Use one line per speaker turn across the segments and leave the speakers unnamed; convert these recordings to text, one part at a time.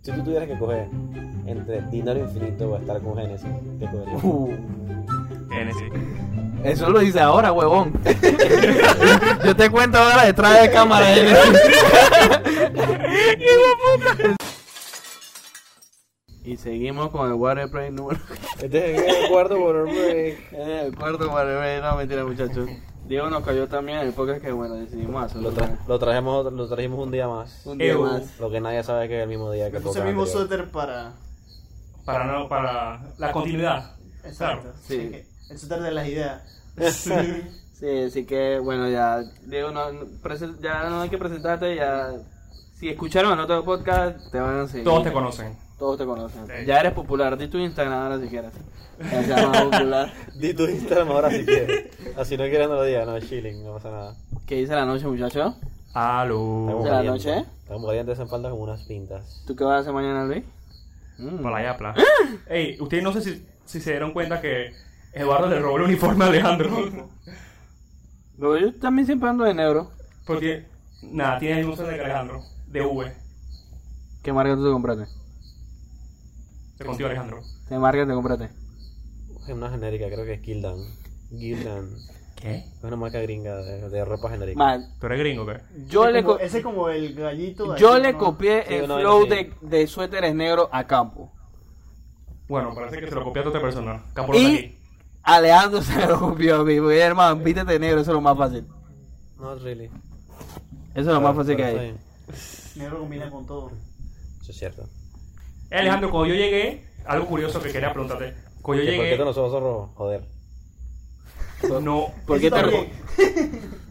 Si tú tuvieras que coger entre dinero infinito o estar con Genesis, ¿qué cogerías?
Uh,
Genesis.
eso lo dice ahora, huevón. Yo te cuento ahora detrás de cámara. y seguimos con el water break número.
Este es el cuarto por break.
Eh, el cuarto water break, no mentira, muchachos. Diego nos cayó también en el podcast que bueno decidimos hacerlo.
Lo, tra- lo trajimos, otro- lo trajimos un día más.
un día
Eu.
más.
Lo que nadie sabe es que es el mismo día que
Me
el
puse
podcast
el mismo
anterior.
suéter para.
Para no, para la continuidad.
Exacto.
Claro.
Sí.
así que El suéter de las ideas.
Sí, así que bueno, ya, Diego, no, no- presen- ya no hay que presentarte, ya. Si escucharon el otro podcast, te van a seguir.
Todos te conocen.
Todos te conocen.
Sí.
Ya eres popular, di tu Instagram ahora si quieres. Ya seas más popular.
Di tu Instagram ahora si quieres. Ah, si no quieres, no lo digas, no, chilling, no pasa nada.
¿Qué dice la noche, muchacho?
Estamos
Aló.
¿De la
calientes.
noche?
Estamos calientes en falda como unas pintas.
¿Tú qué vas a hacer mañana, Luis? Mm.
Por la yapla. Ey, ustedes no sé si, si se dieron cuenta que Eduardo le robó el uniforme a Alejandro.
Pero yo también siempre ando de negro.
Porque, nada, tiene el mismo suéter que Alejandro. De V.
¿Qué marca tú te compraste?
Te contigo, Alejandro.
¿Qué marca te compraste?
Es una genérica, creo que es Gildan. Gildan. Es
¿Qué?
una marca gringa de, de ropa genérica.
Mal.
¿Tú eres gringo, qué?
Yo
Ese
le,
como-
co-
Ese como el gallito. de
yo
aquí,
le
¿no?
copié
Sí,
el
una
flow
vaina
de, de suéteres negros a campo.
Bueno, parece que se lo copiaste a otra persona. Capo
Y Alejandro se lo copió a mí. Porque, hermano, vístete de negro, eso es lo más fácil.
Not really.
Eso es lo más fácil que
Pero
hay.
está bien.
Negro combina con todo.
Eso es cierto.
Eh, Alejandro, cuando yo llegué, algo curioso que quería preguntarte. Cuando yo
¿Y ¿Por qué
llegué,
tú no sos rojos? Joder.
no,
¿Por qué,
Eso
te,
también.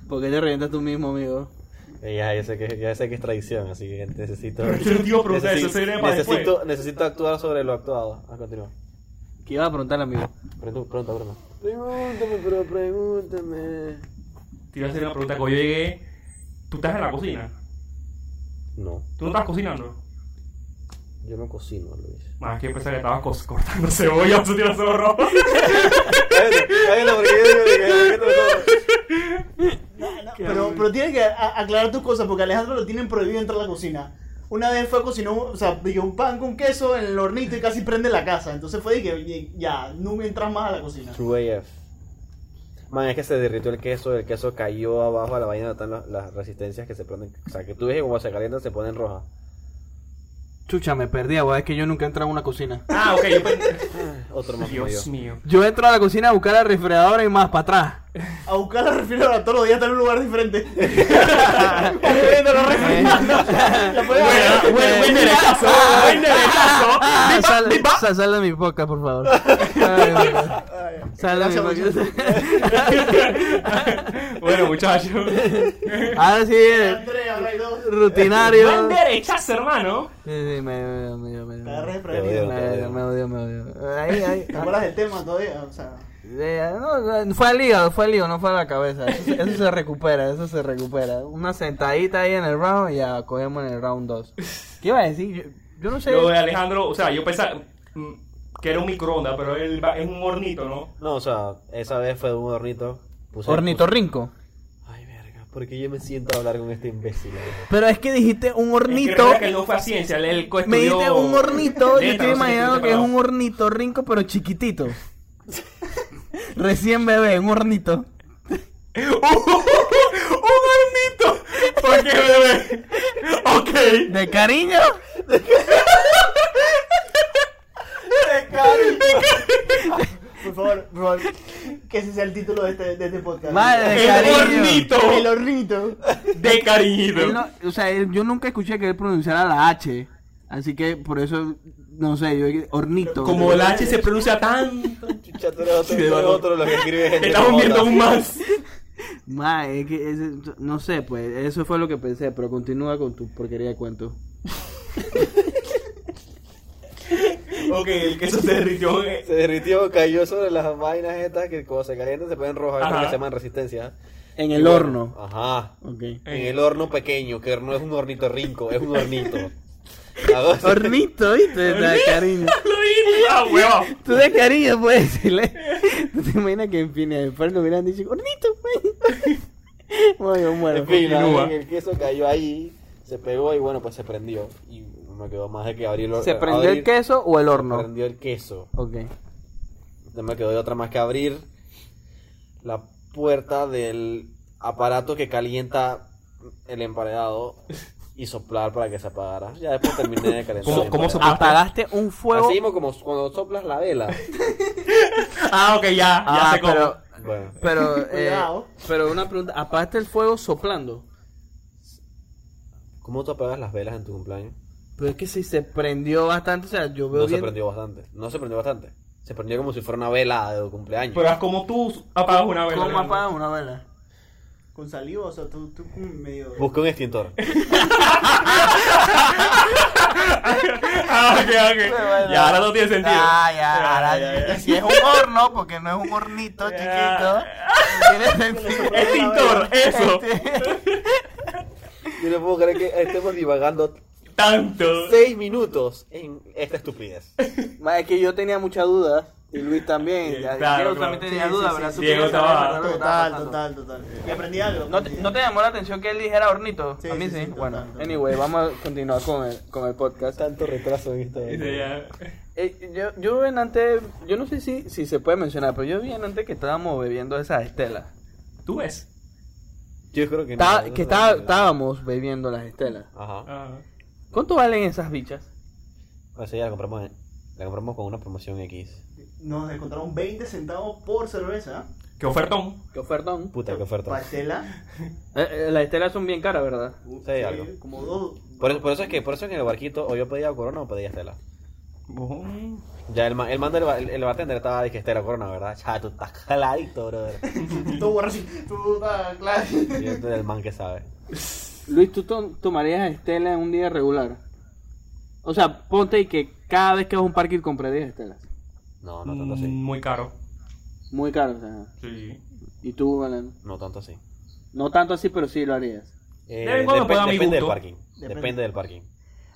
¿Por qué te revientas tú mismo, amigo?
Eh, Ya, ya sé que, ya sé que es traición, así que necesito.
Yo te iba a preguntar,
necesito,
eso sería para después.
necesito, necesito actuar sobre lo actuado. A continuar.
¿Qué ibas a preguntar, amigo?
Pregunta, pregunta, pregunta. Pregúntame, pero pregúntame.
te iba a hacer una pregunta. Cuando yo llegué, tú estás en la cocina.
No,
¿Tú no estás cocinando?
yo no cocino, Luis.
Más que yo pensaba que estabas cos- cortando cebolla, tú tiras zorro.
Cállate, porque yo digo que- que no soy-
No, no, pero, pero tienes que a- aclarar tus cosas porque a Alejandro lo tienen prohibido entrar a la cocina. Una vez fue a cocinar, un- o sea, dije, un pan con queso en el hornito y casi prende la casa. Entonces fue de que oye, ya, no entras más a la cocina.
True AF. Man, es que se derritió el queso, el queso cayó abajo a la vaina, están las, las resistencias que se ponen. O sea, que tú ves que como se calientan se ponen rojas.
Chucha, me perdí, agua. Es que yo nunca entro a una cocina.
Ah, ok, yo pensé.
Otro más como
Dios
yo.
mío.
Yo entro a la cocina a buscar la refrigeradora y más para atrás.
A buscar la refrigeradora todos los días está en un lugar diferente. Moviendo la refrigeradora. La pones a-
Buen- buen- buen derechazo, buen derechazo.
Ah, sal, sal- sal de mi boca, por favor. Ay, bueno. sal de mi
Gracias,
boca.
bueno, muchachos.
Ahora sí, eh,
Andrea, hay dos.
rutinario.
Buen derechazo, hermano.
Sí, sí, me odio, me odio, me odio.
Te
La refrigeradora.
odio.
Me odio, me odio, me odio. Ahí, ahí.
¿Te acuerdas del tema todavía? O sea,
Eh, no, no, fue al hígado, fue al hígado, no fue a la cabeza. Eso, se- eso se recupera, eso se recupera. Una sentadita ahí en el round y ya cogemos en el round 2. ¿Qué iba a decir? Yo, yo no sé.
Lo de Alejandro, o sea, yo pensaba mm, que era un microondas, pero él va- es un hornito, ¿no?
No, o sea, esa vez fue de un hornito.
pues.
Puse-
Ornitorrinco.
puse- Ay, verga, porque yo me siento a hablar con este imbécil. eh?
Pero es que dijiste un
Es que
hornito.
recuerda que no fue a ciencia, él-
Me
él estudió-
dijiste un hornito y
Neta,
estoy
no sé
imaginando
qué
que es
preparado.
un ornitorrinco, pero chiquitito. Recién bebé, un hornito.
¡Un hornito! ¿Por qué, bebé? Ok.
¿De cariño?
por favor, por favor, que ese sea el título de este, de este podcast.
Madre de
El
cariño.
hornito
El hornito.
de cariñito.
Él no- o sea, él- yo nunca escuché que él pronunciara la H. Así que por eso, no sé, yo dije, hornito.
Como el H se pronuncia tanto.
Chucha, tú eres otro,
Sí,
tú eres
bueno.
otro lo que escribe gente.
Estamos
como
viendo
otra.
aún más.
Ma, es que ese- no sé, pues eso fue lo que pensé, pero continúa con tu porquería de cuento.
Ok, el queso se derritió. eh.
Se derritió, cayó sobre las vainas estas que como se calientan se ponen rojas,
Ajá.
creo que se llaman resistencia.
En
Y
el
bueno,
horno.
Ajá.
Ok.
En
Eh.
el horno pequeño, que no es un hornito rico, es un hornito. La cosa-
Hornito, ¿viste? De
Hornito.
cariño.
Lo hice. ¡Ah, hueva!
Tú de cariño puedes decirle. pues? ¿Tú te imaginas que en fin, después le hubieran dicho, hornito, güey? Bueno, yo muero.
En fin, la-
Continúa.
el queso cayó ahí, se pegó y bueno, pues se prendió. Y me quedó más de que abrirlo.
¿Se prendió el
eh, abrir-
queso o el horno?
Prendió el queso.
Ok.
No me quedó de otra más que abrir la puerta del aparato que calienta el emparedado y soplar para que se apagara. Ya después terminé de calentar.
¿Cómo-
el
cómo
emparedado.
sopla?
Ah,
¿Soplaste?
Apagaste un fuego.
Así mismo como cuando soplas la vela.
Ah, ok, ya, ya
Ah,
sé cómo.
pero,
Bueno,
pero, eh,
Cuidado.
pero una pregunta. ¿Apagaste el fuego soplando?
¿cómo tú apagas las velas en tu cumpleaños?
Pero es que si se prendió bastante, o sea, yo veo
No se
bien.
prendió bastante. No se prendió bastante. Se prendió como si fuera una vela de cumpleaños.
Pero es como tú apagas una vela.
¿Cómo
Leandro.
apagas una vela?
Con saliva, o sea, tú, tú como medio.
Busca un extintor.
Ah, ok, ok. Ya, ahora no tiene sentido.
Ah, ya, ahora
ya,
ya,
ya.
Si es un horno, porque no es un hornito
Ya.
Ah,
chiquito. Tiene sentido.
Extintor, eso.
Yo no puedo creer que estemos divagando
Tanto.
seis minutos en esta estupidez.
Ma, es que yo tenía muchas dudas. Y Luis también.
Sí,
Ya-
claro,
Diego
claro.
también tenía
Sí,
dudas,
sí,
¿verdad?
sí,
Tú
sí.
querías
Diego
saber,
estaba-
¿verdad? Lo que estaba
Total,
pasando.
total, total. Y aprendí algo.
¿No te, ¿No te llamó la atención que él dijera hornito?
Sí,
a mí
sí,
sí.
sí, total,
bueno,
total.
anyway, vamos a continuar con el, con el podcast.
Tanto retraso en esta.
Dice ya.
Eh, yo, yo en antes, yo no sé si, si se puede mencionar, pero yo vi en antes que estábamos bebiendo esas estelas.
¿Tú ves?
Yo creo que
Estaba-
no.
que estaba- estábamos bebiendo las estelas.
Ajá.
Ah.
¿Cuánto valen esas bichas?
O sea, ya la compramos, en- la compramos con una promoción X.
Nos encontraron 20 centavos por cerveza.
¿Qué ofertón?
Qué ofertón.
Puta, qué oferta.
Pastela.
Eh, eh, las estelas son bien caras, ¿verdad?
Sí, algo.
Como dos.
Por eso, por eso es que por eso en el barquito o yo pedía corona o pedía estela. Ya el, ma- el man del ba- el, el bartender estaba dije estela corona, ¿verdad? Ya, tú estás caladito, brother.
Todo borracho. Tú, ah, claro.
Y este es el man que sabe.
Luis, ¿tú tom- tomarías estela en un día regular? O sea, ponte y que cada vez que vas a un parque compras 10 estelas.
No, no tanto así.
Mm, Muy caro.
Muy caro, o sea.
Sí.
¿Y tú, Valen?
No tanto así.
No tanto así, pero sí lo harías.
Eh,
De vez en cuando
depe-
puedo a mi
depende del
gusto.
parking. Depende.
Depende.
del parking.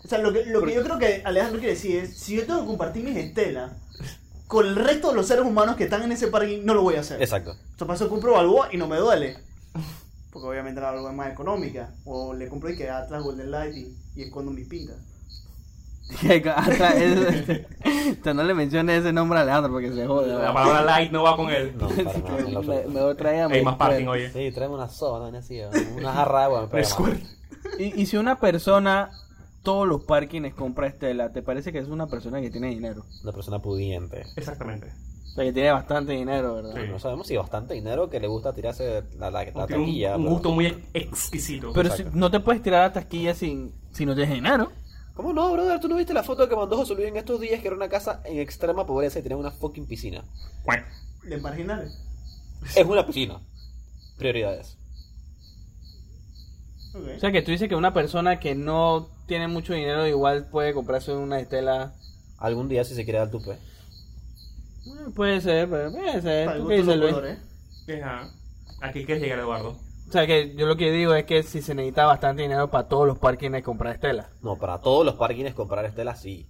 O sea, lo que, lo que yo creo que Alejandro quiere decir es: si yo tengo que compartir mis estelas con el resto de los seres humanos que están en ese parking, no lo voy a hacer.
Exacto.
Yo paso compro Balboa y no me duele. Porque obviamente la Balboa es más económica. O le compro y que Atlas Golden Light y, y escondo mis pintas.
Hasta eso- o sea, no le menciones ese nombre a Alejandro porque se jode.
La
¿verdad?
palabra light no va con él.
No, para nada. en lo
Me,
absoluto.
me lo traía
Hay
muy
más parking,
fuerte.
oye.
Sí, traemos una soda, ¿no? Así, una jarra de agua. me pega más.
Square.
Y, y si una persona, todos los parkings compra Estela, ¿te parece que es una persona que tiene dinero?
Una persona pudiente.
Exactamente.
O sea, que tiene bastante dinero, ¿verdad?
Sí.
No sabemos si bastante dinero que le gusta tirarse la, la, la
Tiene un-
taquilla.
un,
pero-
gusto muy exquisito.
Pero si,
Exacto.
no te puedes tirar a taquilla sin, si no tienes dinero.
¿Cómo no, brother? ¿Tú no viste la foto que mandó José Luis en estos días que era una casa en extrema pobreza y tenía una fucking piscina?
Cuac.
De marginales.
Es una piscina. Prioridades.
O
Ok.
sea, que tú dices que una persona que no tiene mucho dinero igual puede comprarse una Estela.
Algún día si se quiere dar tupe.
Eh, Puede ser, pero puede ser.
Para el
¿Tú
gusto
qué
de
dices,
los
Luis?
colores.
Ajá. ¿A qué quieres llegar, Eduardo?
¿eh?
O sea, que yo lo que digo es que si se necesita bastante dinero para todos los parkings comprar Estela.
No, para todos los parkings comprar estela sí.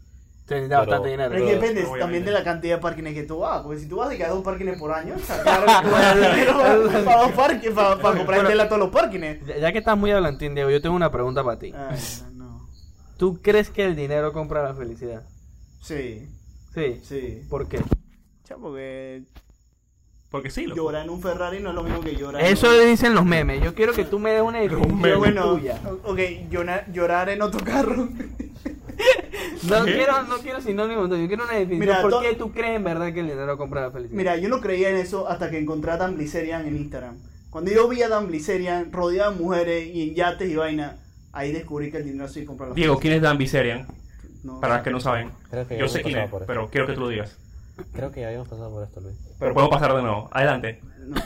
Se necesita
Pero-
bastante
Pero es
dinero.
que depende
Obviamente.
también de la cantidad de parkings que tú vas. Porque si tú vas y quedas dos parkings por año, o sea, claro que vas a tener dinero para- para dos parkings, para, para comprar
Pero-
estela a todos los parkings.
Ya, ya que estás muy hablantín, Diego, yo tengo una pregunta para ti.
Ay, no.
¿Tú crees que el dinero compra la felicidad?
Sí,
Sí.
sí.
¿Por qué?
Chao, porque
Porque sí, lo.
llorar en un Ferrari no es lo mismo que llorar en
Eso
un-
dicen los memes. Yo quiero que tú me des una definición
memes.
Bueno,
tuya.
ok, llorar, llorar en otro carro.
No quiero, no quiero sinónimos, yo quiero una definición.
Mira,
¿Por
to-
qué tú crees en verdad que el dinero compra la felicidad?
Mira, yo no creía en eso hasta que encontré a Dan Blisserian en Instagram. Cuando yo vi a Dan Blisserian rodeado de mujeres y en yates y vaina, ahí descubrí que el dinero sí compra la
Diego, ¿quién es Dan Viserian?
No,
Para los que no saben.
Creo que
Yo
hemos
sé quién
pasado
es,
por este. esto.
pero quiero que tú lo digas.
Creo que ya habíamos pasado por esto, Luis.
Pero podemos pasar de nuevo. Adelante.
no.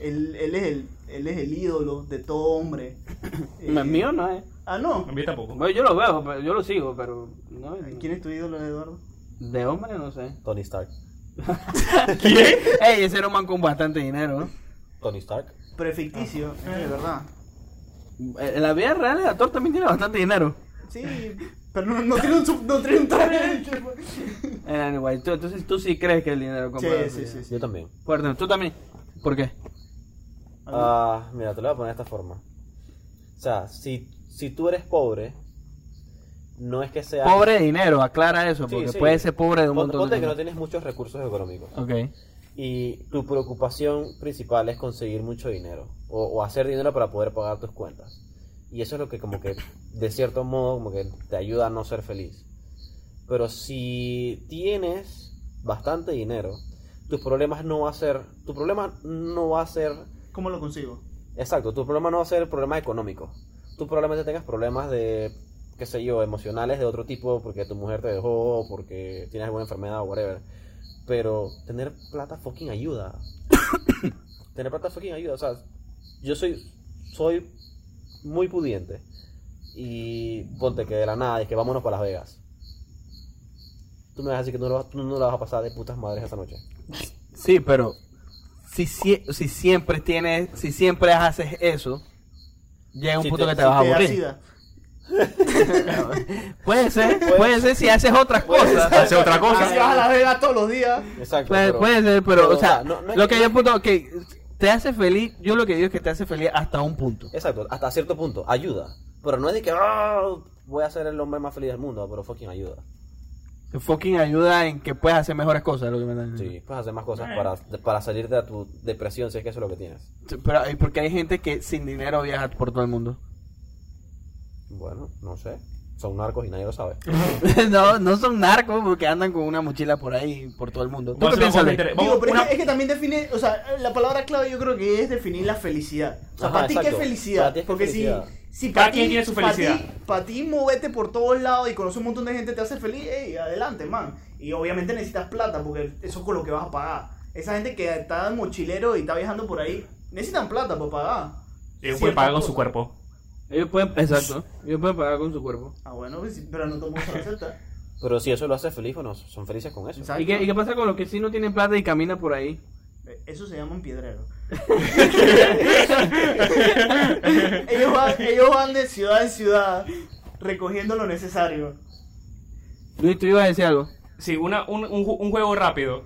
Él, él es el, él es el ídolo de todo hombre. Eh,
No es mío, no es.
Ah, no.
A mí tampoco.
Bueno, yo lo veo, pero- yo lo sigo, pero. No,
¿Quién es tu ídolo, Eduardo?
De hombre, no sé.
Tony Stark.
¿Quién?
Ey, ese era un man con bastante dinero, ¿no?
Tony Stark.
Pero es ficticio, es
Ah.
de eh, verdad.
Eh, En la vida real, el actor también tiene bastante dinero.
Sí, pero no, no tiene un, sub- no tiene un traje.
Anyway, tú- entonces tú sí crees que el dinero compra la
Sí, sí,
felicidad.
sí. sí.
Yo también.
Bueno, tú también. ¿Por qué?
Ah, mira, te lo voy a poner de esta forma. O sea, si, si tú eres pobre no es que sea...
Pobre de dinero, aclara eso,
Sí,
porque
sí.
puede ser pobre de un
Pon-
montón
ponte
de
que no
cosas.
tienes muchos recursos económicos.
Ok.
Y tu preocupación principal es conseguir mucho dinero o, o hacer dinero para poder pagar tus cuentas. Y eso es lo que como que, de cierto modo, como que te ayuda a no ser feliz. Pero si tienes bastante dinero, tus problemas no va a ser, tu problema no va a ser,
¿Cómo lo consigo?
exacto, tu problema no va a ser el problema económico. Tú probablemente tengas problemas de, qué sé yo, emocionales de otro tipo, porque tu mujer te dejó, porque tienes alguna enfermedad o whatever. Pero tener plata fucking ayuda. tener plata fucking ayuda. O sea, yo soy, soy muy pudiente. Y ponte que de la nada, es que vámonos para Las Vegas. Tú me vas a decir que no, lo vas- tú no la vas a pasar de putas madres esa noche.
Sí, pero si, sie- si siempre tienes, si siempre haces eso, llega un
Si
punto
te-
que te
si
vas a
Te da
aburrir.
sida.
Puede ser, puede ser si haces otras cosas.
Hace otra
Ah, si vas a
cosa.
Las Vegas todos los días.
Exacto.
Puede,
pero-
puede ser, pero, o sea,
no- no es
lo
que-
que hay un punto que te hace feliz, yo lo que digo es que te hace feliz hasta un punto.
Exacto, hasta cierto punto, ayuda. Pero no es de que "Ah, voy a ser el hombre más feliz del mundo, pero fucking ayuda.
Que fucking ayuda en que puedes hacer mejores cosas, lo que me
Sí, puedes hacer más cosas para, para salir de tu depresión si es que eso es lo que tienes.
Pero hay- porque hay gente que sin dinero viaja por todo el mundo.
Bueno, no sé. Son narcos y nadie lo sabe.
no, no son narcos porque andan con una mochila por ahí, por todo el mundo. ¿Tú
Vamos
qué
a hacer una
piensas,
cosa
Luis?
inter-
Digo,
vamos,
pero
una-
es, que, es que también define, o sea, la palabra clave yo creo que es definir la felicidad. O sea,
Ajá,
para ti, ¿qué es
exacto.
felicidad?
Para ti es que
Porque
felicidad.
si, si
Cada
para ti,
quien tiene su felicidad.
Para ti, para ti moverte por todos lados y conocer un montón de gente te hace feliz, ey, adelante, man. Y obviamente necesitas plata porque eso es con lo que vas a pagar. Esa gente que está mochilero y está viajando por ahí, necesitan plata para pagar.
Ellos pueden
Ciertas
pagar con su
cosas.
cuerpo.
Ellos pueden, exacto, ellos pueden pagar con su cuerpo.
Ah, bueno, pues, pero no todo el mundo se lo acepta.
Pero si eso lo hace feliz, bueno, son felices con eso.
Exacto. Eh,
¿Y qué, y qué pasa con los que sí no tienen plata y caminan por ahí?
Eso se llama un piedrero. ellos, van, ellos van de ciudad en ciudad recogiendo lo necesario.
Luis, tú ibas a decir algo.
Si una, un, un, ju- un juego rápido,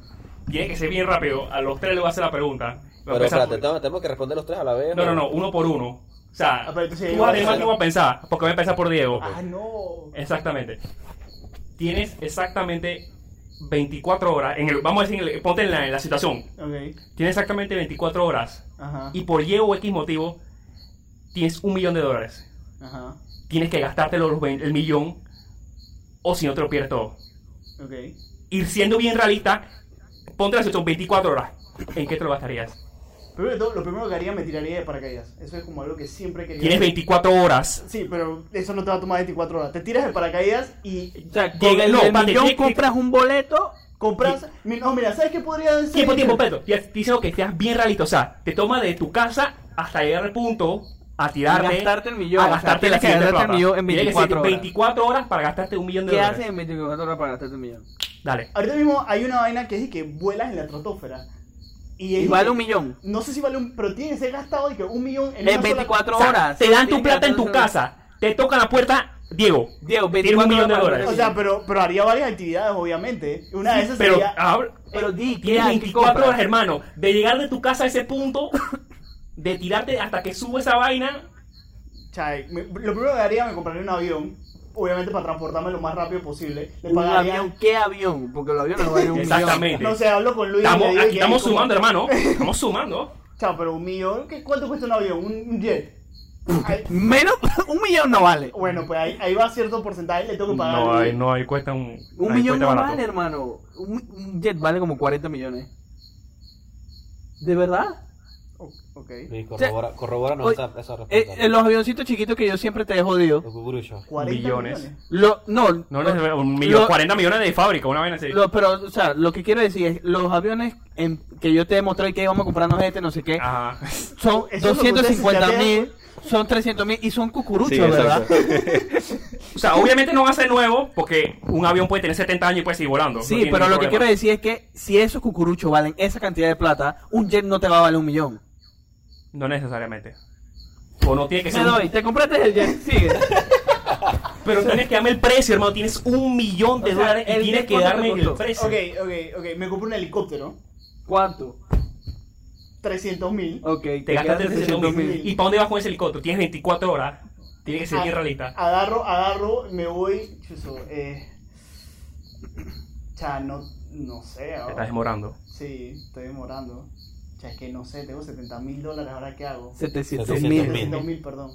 tiene que ser bien rápido, a los tres le voy a hacer la pregunta. Va a
Pero
empezar
espérate,
por-
tengo- tenemos que responder los tres a la vez.
No, no, no, uno por uno. O sea,
Ah, pero entonces
tú
yo-
vas a tener más tiempo a pensar, porque voy a empezar por Diego.
Ah, no.
Exactamente. Tienes exactamente 24 horas, en el, vamos a decir, en el- ponte en la, en la situación.
Ok,
Tienes exactamente 24 horas
ajá.
y por Y o X motivo tienes un millón de dólares.
Ajá,
Tienes que gastártelo los vein- el millón o si no te lo pierdes todo.
ok.
Y siendo bien realista, ponte la situación 24 horas. ¿En qué te lo gastarías?
Primero de todo, lo primero que haría me tiraría de paracaídas. Eso es como algo que siempre quería.
Tienes 24 horas.
Sí, pero eso no te va a tomar 24 horas. Te tiras de paracaídas y
O sea, con
Llega-
el,
no,
el
espérate,
millón
llega-
compras un boleto.
compras. mi- No, mira, ¿sabes qué podría este? ser?
Tiempo, tiempo, Pedro. Te te diciendo que seas bien realista. O sea, te toma de tu casa hasta llegar al punto a tirarte.
Y gastarte el millón.
A
O sea,
gastarte la
tienes que
siguiente
gastarte el
plata.
millón en
Tienes que ser
24 horas.
24 horas para gastarte un millón de
¿Qué
dólares.
haces en 24 horas para gastarte un millón?
Dale.
Ahorita mismo hay una vaina que es de que vuelas en la estratosfera. Y es-
Igual un millón.
No sé si vale un. Pero tiene que ser gastado y que un millón en
En
una sola-
24
O sea,
horas.
Te dan
Tienes
tu
que
plata en tu
gastar-
casa. Te toca la puerta, Diego.
Diego,
Tienes
24
un millón de
horas.
dólares.
O sea, pero, pero haría varias actividades, obviamente.
Ah,
Una de esas
Pero,
sería.
ahora-
Pero di, ¿qué
tienes
hay? ¿Qué
24
compras?
horas, hermano. De llegar de tu casa a ese punto, de tirarte hasta que sube esa vaina.
Chai, me- lo primero que haría me compraría un avión. Obviamente para transportarme lo más rápido posible. Le
Un
pagaría.
avión, ¿qué avión? Porque los aviones no valen un millón.
Exactamente.
No sé, hablo con Luis. y
Estamos,
le digo
aquí
que-
estamos
como-
sumando, hermano. Estamos sumando.
Chao, pero un millón. ¿qué- ¿Cuánto cuesta un avión? Un, un jet. Ay,
Menos, un millón no vale.
bueno, pues ahí, ahí va cierto porcentaje. Le tengo que pagar. a Luis.
no, ahí cuesta un.
Un millón no vale, hermano. Un, un jet vale como 40 millones. ¿De verdad?
O- Oh, Ok.
Sí, corrobora, corrobóranos
Oye,
esa, esa
Eh,
respuesta.
eh, los avioncitos chiquitos que yo siempre te he jodido.
Los cucuruchos.
40
Millones.
Lo, no,
No,
lo-
no, es un millón,
lo-
40 millones de fábrica, una vaina así.
lo- pero, o sea, lo que quiero decir es, los aviones en- que yo te demostré que íbamos comprando gente, este, no sé qué,
Ajá.
son
Eso es lo que ustedes
250
se
mil, son 300 mil y son cucuruchos,
Sí,
¿verdad?
exacto.
O sea, obviamente no va a ser nuevo, porque un avión puede tener 70 años y puede seguir volando. No
Sí,
tiene
pero
ningún
lo que quiero
problema.
decir es que si esos cucuruchos valen esa cantidad de plata, un jet no te va a valer un millón.
No necesariamente. O no tiene que
Me
ser. un-
doy, te compraste el jet, sigue.
Pero tienes que darme el precio, hermano. Tienes un millón de
O sea,
dólares
el
y tienes
jet,
que
¿cuánto
darme
te
el
costó?
precio.
Ok, ok, ok. Me compré un helicóptero.
¿Cuánto?
300 mil.
Ok,
Te gastaste 300
300.000.
mil. ¿Y para dónde vas con ese helicóptero? Tienes 24 horas. Tiene que ser
Ah.
bien realista.
Agarro, agarro, me voy. chuzo, eh, cha, no, no sé.
Te
ahora.
estás demorando.
Sí, estoy demorando. Cha, es que no sé, tengo 70 mil dólares, ¿ahora qué hago?
700
700.000.
mil.
70 mil, perdón.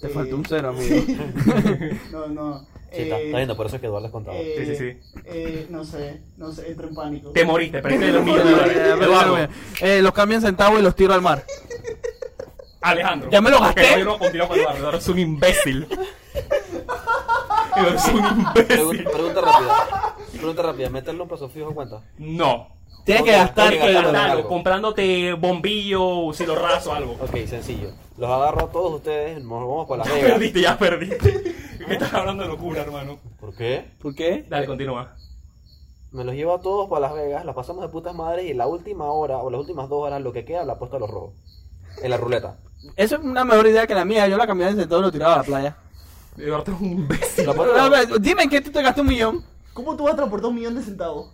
Te
Eh,
faltó un cero, amigo.
No, no.
Sí, está,
eh,
está viendo, pues, por eso es que Eduardo es contador.
eh,
Sí, sí, sí.
eh, no sé, no sé, entro en pánico.
Te moriste, perdiste los millones de
Eh,
dólares. Eduardo,
eh, los cambian centavos y los tiro al mar.
Alejandro.
Ya me lo
Ok,
gasté.
no, yo no continúo con Eduardo. Eduardo es un imbécil. Eduardo es un imbécil.
Pregunta, pregunta rápida. Pregunta rápida. ¿Meterle un plazo fijo cuenta?
No.
Tienes que
Ok,
gastar,
ok,
Pedro.
gastar.
Claro, comprándote bombillo, raso, algo.
Ok, sencillo. Los agarro a todos ustedes. Nos vamos para la
Ya
Vega.
perdiste, ya perdiste. Me estás hablando de locura, hermano.
¿Por qué?
¿Por qué?
Dale, continúa.
Me los llevo a todos para Las Vegas, las pasamos de putas madres y la última hora o las últimas dos horas lo que queda la apuesto a los rojos. En la ruleta.
Eso es una mejor idea que la mía. Yo la cambiaba de centavo y lo tiraba a la playa.
Eduardo es un imbécil.
La apuesto-
Pero, a ver, dime en qué tú te gasté un millón.
¿Cómo tú vas a transportar un millón de centavos?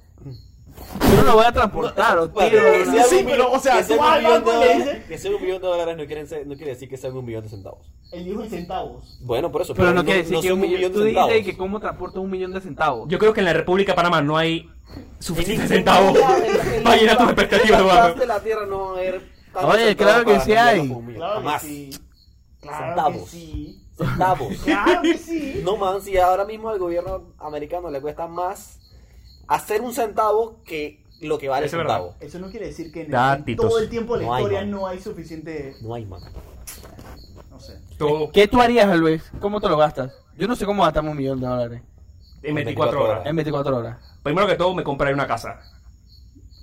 Yo no lo voy a transportar, o
Bueno,
tiro.
que sea
sí,
un
pero,
millón-
o sea,
que sea
tú
un
vas al
millón de
banco y le
dólares-
dices-
Que sea un millón de dólares no quiere, ser- no quiere decir que sea un millón de centavos.
Él dijo en centavos.
Bueno, por eso.
Pero no quiere decir
no
que
son
un millón. Tú
de centavos.
dijiste que cómo transporto un millón de centavos.
Yo creo que en la República de Panamá no hay suficientes centavos
En la-
para llenar tus expectativas,
en la faz
Eduardo.
de la tierra no va a haber tantos
Oye,
centavos
claro que
para
sí
cambiarlo
hay.
por un millón.
Claro
Jamás.
que sí. Claro
Centavos.
que sí.
Centavos.
Claro que sí.
No man, si ahora mismo al gobierno americano le cuesta más hacer un centavo que lo que vale el
Eso es verdad.
centavo.
Eso no quiere decir que en, en
Datitos.
todo el tiempo de la
No hay,
historia
man.
no hay suficiente.
No hay man.
No sé.
Todo
¿Qué tú harías, Luis? ¿Cómo te lo gastas? Yo no sé cómo gastamos un millón de dólares
en 24 horas.
en 24 horas.
Primero que todo, me compraré una casa.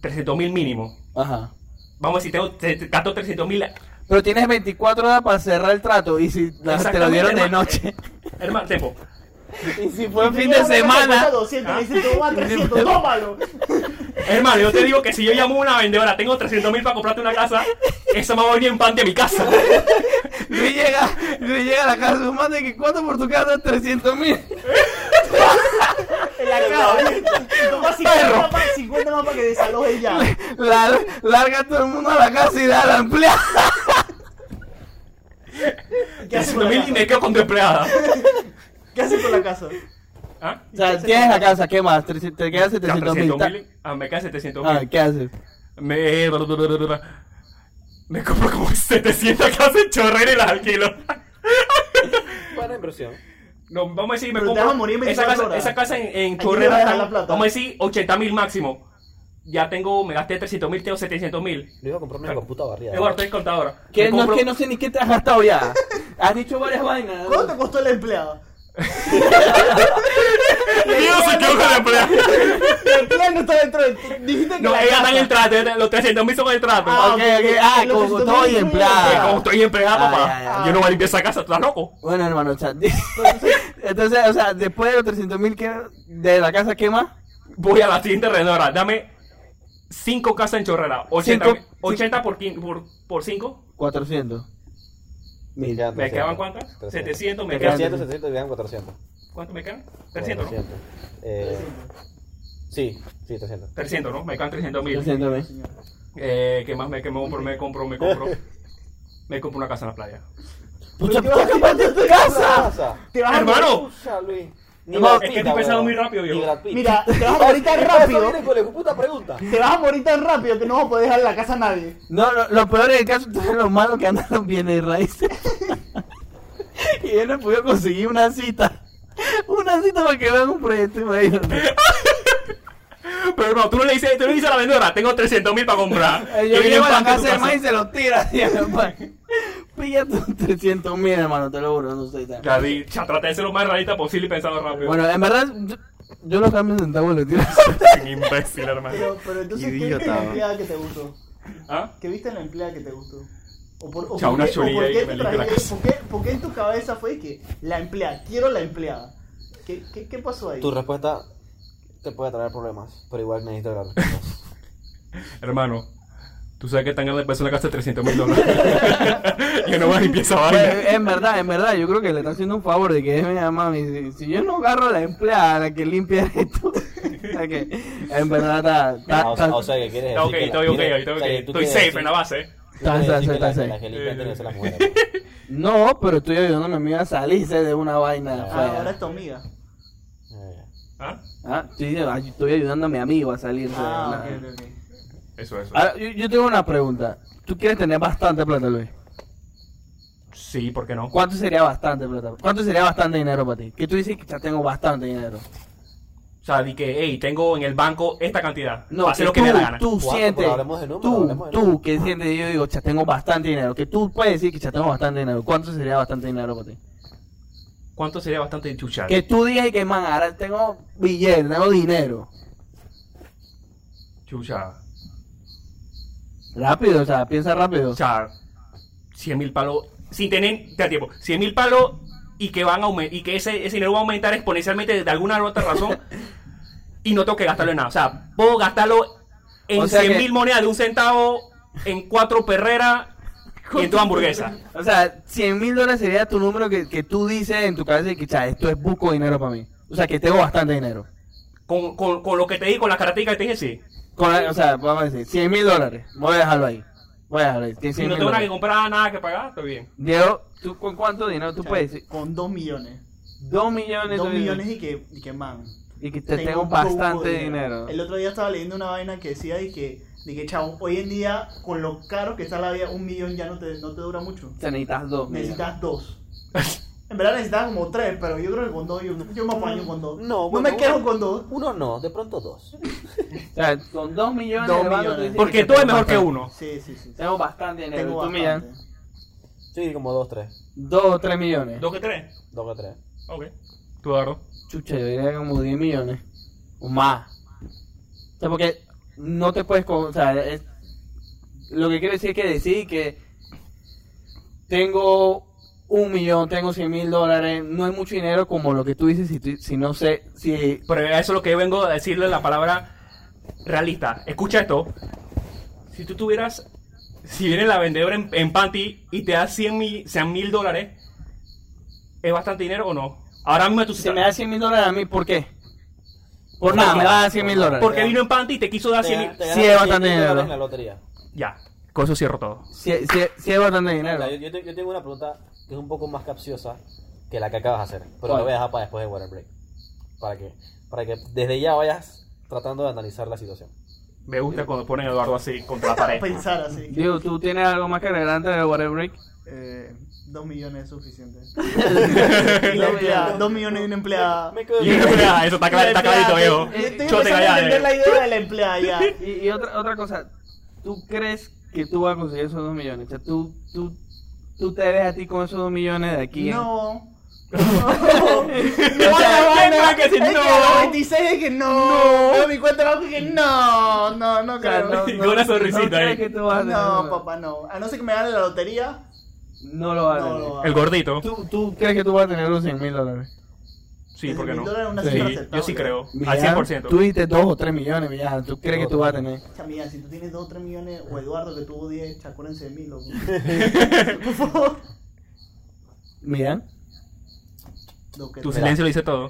300 mil mínimo.
Ajá.
Vamos a decir, tengo te- gasto 300 mil.
Pero tienes 24 horas para cerrar el trato y si la- te lo dieron de noche.
Hermano, tiempo.
Y si fue en fin de semana.
200, le dices, toma 300, tómalo.
Hermano, yo te digo que si yo llamo a una vendedora, tengo 300 mil para comprarte una casa, esa me va a venir en pan de mi casa.
Luis llega, Luis llega a la casa de su madre que cuánto por tu casa 300 mil.
En la cara. Toma 50 más, 50 más para que desaloje ya.
La, larga a todo el mundo a la casa y da la empleada.
¿Qué haces
300
con la
mil y me
casa?
quedo con tu empleada.
¿Qué haces con la casa?
¿Ah?
O sea, tienes la casa, ¿qué más? Te, te quedan 700 mil.
300 mil. Ah, me quedan 700
Ah,
mil.
¿qué haces?
Me... me compro como 700 casas en chorrera y las alquilo.
Buena impresión.
No, vamos a decir, me
Pero te
compro
vas a morir en
esa
24
casa,
horas.
esa casa en, en
Aquí le vas a
chorrera.
dejar la plata.
Vamos a decir 80 mil máximo. Ya tengo, me gasté 300 mil, tengo 700 mil.
Le iba a comprar una puta barriada.
Eduardo, estoy contadora.
Que
Me
no,
compro-
que no sé ni qué te has gastado ya. Has dicho varias vainas.
¿Cuánto te costó la empleada?
Dios, se quedó con la empleada.
La empleada no está dentro de ti. Dijiste que
No,
la
ella está
casa.
en el trato, ella- los 300 mil son el trato.
Ah, ok, ok. Ah,
Lo que
como todo
se supone
y
que
Eh,
empleada.
como estoy empleada,
Ah,
papá.
ya, ya.
Yo no voy a limpiar esa casa, ¿tú estás loco?
Bueno, hermano, o sea, entonces, o sea, después de los 300 mil de la casa, ¿qué más?
Voy a la siguiente rendedora, dame 5 casas en chorrera. 80,
Cinco-
mi- 80 por, quin- por, por 5.
400. Mil.
¿Me quedaban cuántas? 700, me quedan.
300, 700, me quedan 400.
¿Cuánto me quedan? 300, ¿no?
400. Eh, sí, sí, 300.
300, ¿no? Me quedan 300 mil.
300 mil.
Eh, ¿Qué más me, qué me compro? Me compro, me compro. Me compro una casa en la playa.
Puta,
¿Qué vas a hacer?
¿cuánto te gastas?
Te vas a-
¡Hermano!
Pucha, Luis. Ni
No,
Brad
Ah, es que
Pitt,
estoy pensando
weón.
muy rápido, viejo.
Ni Brad Pitt.
Mira, te vas a morir tan rápido.
Viene con la puta pregunta.
Te vas a morir tan rápido que no vas a poder dejar la casa a nadie.
No, lo, lo peor del caso es lo malo que andaron bienes raíces. y él no pudo conseguir una cita. Una cita para que vean un proyecto, imagínate.
Pero no, tú no le dices, tú no le dices a la vendedora, tengo 300 mil para comprar.
Eh,
Y
Yo
viene
llego a
un
la
pan con
casa
tu
del man y se lo tira. así, a la man. Pilla tus 300 mil, hermano, te lo juro, no sé. tal.
Ya, di- ya, traté de ser lo más realista posible y pensado rápido.
Bueno, en verdad, yo, yo lo cambio en centavos y lo tiro.
Un imbécil, hermano.
Pero, pero entonces, ¿qué
Idiota,
viste en la
¿no?
empleada que te gustó?
¿Ah?
¿Qué viste en la empleada que te gustó? ¿O por, o
Chao,
por
una
qué, o
chorilla
por
ahí
qué
que me
te
limpia la
trajiste-
casa.
por qué- por qué en tu cabeza fue que la empleada, quiero la empleada? ¿Qué, qué, qué pasó ahí?
Tu respuesta te puede traer problemas, pero igual necesito la respuesta.
Hermano, tú sabes que tan grande empezó la casa de 300 mil dólares. yo no voy a limpiar esa
Pues,
vaina.
en verdad, en verdad, yo creo que le está haciendo un favor de que déjeme a mami. Si, si yo no agarro a la empleada, a la que limpia esto. o sea que, en verdad,
Ah,
está. está-
o, sea,
está-
o sea, que quieres decir
Está ok,
que la-
estoy ok,
quieres-
estoy
o
ok.
sea, que tú
Estoy
quieres
safe
decir-
en la base.
tú quieres decir
Está- está-
que la-
está
la
safe.
que limpia tiene que ser la mujer.
No, pero estoy ayudándome a mí a salirse de una vaina
Ah, ahora es
fea.
tu amiga.
Eh,
¿Ah?
Ah, estoy, ay- estoy ayudando a mi amigo a salirse de
Ah,
una...
ok, ok, ok.
Eso, eso.
Ah.
Ahora, yo, yo tengo una pregunta. ¿Tú quieres tener bastante plata, Luis?
Sí, ¿por qué no?
¿Cuánto sería bastante plata? ¿Cuánto sería bastante dinero para ti? Que tú dices que ya tengo bastante dinero.
O sea, di que, hey, tengo en el banco esta cantidad. No,
que
Hacer lo que
tú,
me dé la gana.
tú
Cuatro,
sientes,
pero hablemos de número,
tú,
hablemos de
tú
número.
que sientes, yo digo, ya tengo bastante dinero. Que tú puedes decir que ya tengo bastante dinero. ¿Cuánto sería bastante dinero para ti?
¿Cuánto sería bastante chuchar?
Que tú digas que, man, ahora tengo billete, tengo dinero.
Chucha.
Rápido, o sea, piensa rápido.
O sea, 100 mil palos. Sin tener. Te da tiempo. 100 mil palos y que van a aumen- y que ese, ese dinero va a aumentar exponencialmente de alguna u otra razón. y no tengo que gastarlo en nada. O sea, puedo gastarlo en
O sea
100
que-
mil monedas de un centavo, en cuatro perreras y en dos hamburguesas.
O sea, 100 mil dólares sería tu número que, que tú dices en tu cabeza y que, cha, esto es buco dinero para mí. O sea, que tengo bastante dinero.
Con, con, con lo que te di, con las características que te dije, sí.
Con la- o sea, vamos a decir, 100 mil dólares. Voy a dejarlo ahí. Voy a dejarlo ahí. Tienes
Si
100
no
mil
tengo nada que
dólares.
comprar, nada que pagar, está bien.
Diego, ¿tú con cuánto dinero tú puedes decir?
Con dos millones.
2 millones.
Dos
tú dices,
millones y que, y que man.
Y que te tengo,
un poco de
bastante dinero.
El otro día estaba leyendo una vaina que decía y que, de que chavo, hoy en día, con lo caro que está la vida, un millón ya no te, no te dura mucho.
O sea, necesitas 2
Necesitas dos. En verdad necesitas como tres, pero yo creo que con dos, yo, yo me apaño con dos.
No,
no me
bueno,
quedo
uno-
con dos.
Uno no, de pronto dos.
O sea, con 2 millones.
Dos
de banco,
millones.
tú dices
Porque
que
todo es
tengo
mejor que
bastante-
uno.
Sí, sí, sí. sí.
Tengo bastante dinero.
Tengo
Tengo tú,
bastante.
Millán,
Sí, como dos, tres.
2 o 3 millones.
¿Dos que tres?
Dos o tres.
Ok. Tú, Eduardo.
Chucha, yo diría como 10 millones. O más. O sea, porque no te puedes. co- O sea, es- lo que quiero decir es que decir que tengo un millón, tengo 100 mil dólares, no es mucho dinero como lo que tú dices si, tú- si no sé. si
Pero eso es lo que yo vengo a decirle la palabra realista. Escucha esto. Si tú tuvieras, si viene la vendedora en, en panty y te da 100 mil, 100 mil dólares, ¿es bastante dinero o no? Ahora mismo tú
Si me da 100 mil dólares a mí, ¿por qué? Por nada, me va a dar 100 mil dólares.
Porque vino en panty y te quiso dar
Te
100
gana-
mil.
te
Sí,
ganas
es
100
bastante
mil dólares
dinero.
en la lotería.
Ya, con eso cierro todo.
Si, si, si es bastante dinero.
Mira, yo, yo te- yo tengo una pregunta que es un poco más capciosa que la que acabas de hacer, pero
¿Cuál?
la voy a dejar para después de Water Break. Para que, para que desde ya vayas tratando de analizar la situación.
Me gusta cuando ponen a Eduardo así contra la pared.
Pensar así.
Digo, ¿tú tienes algo más que agregar antes de Water Break?
Eh, dos millones es suficiente. Y la empleada,
Yo
dos millones de una empleada.
Me quedo
Y eso está, eso está cla- está clarito, viejo.
Yo estoy
Chote
empezando a
allá,
entender
eh.
la idea de la empleada ya.
Y, y otra, otra cosa, ¿tú crees que tú vas a conseguir esos dos millones? O sea, ¿tú, tú, tú te ves a ti con esos dos millones de aquí? en-
No.
O sea, ¿quién va a que si
Es que
no?
a los 26 es que no. Veo mi cuenta de banco y que no. No, no
O sea,
creo.
no,
Con
no-
una
no
sonrisita
crees
ahí.
que tú vas a tener
No,
eso.
papá, no. A no ser que me gane la lotería.
No lo vas a
No
tener.
lo vas
El gordito.
¿Tú, ¿Tú crees que tú vas a tener los 100 mil dólares?
Sí, ¿por qué no?
$10,000 es una
Sí,
cifra
yo sí
aceptable.
creo. Al
Millán, Tú
100%.
dijiste dos o tres millones, Millán. ¿Tú crees que tú vas a tener?
O sea, mira, si tú tienes 2 o 3 millones, o Eduardo que tuvo 10, cha, acuérdense de mí, loco. Por favor.
Millán.
Lo que
Tu
te-
silencio lo dice todo.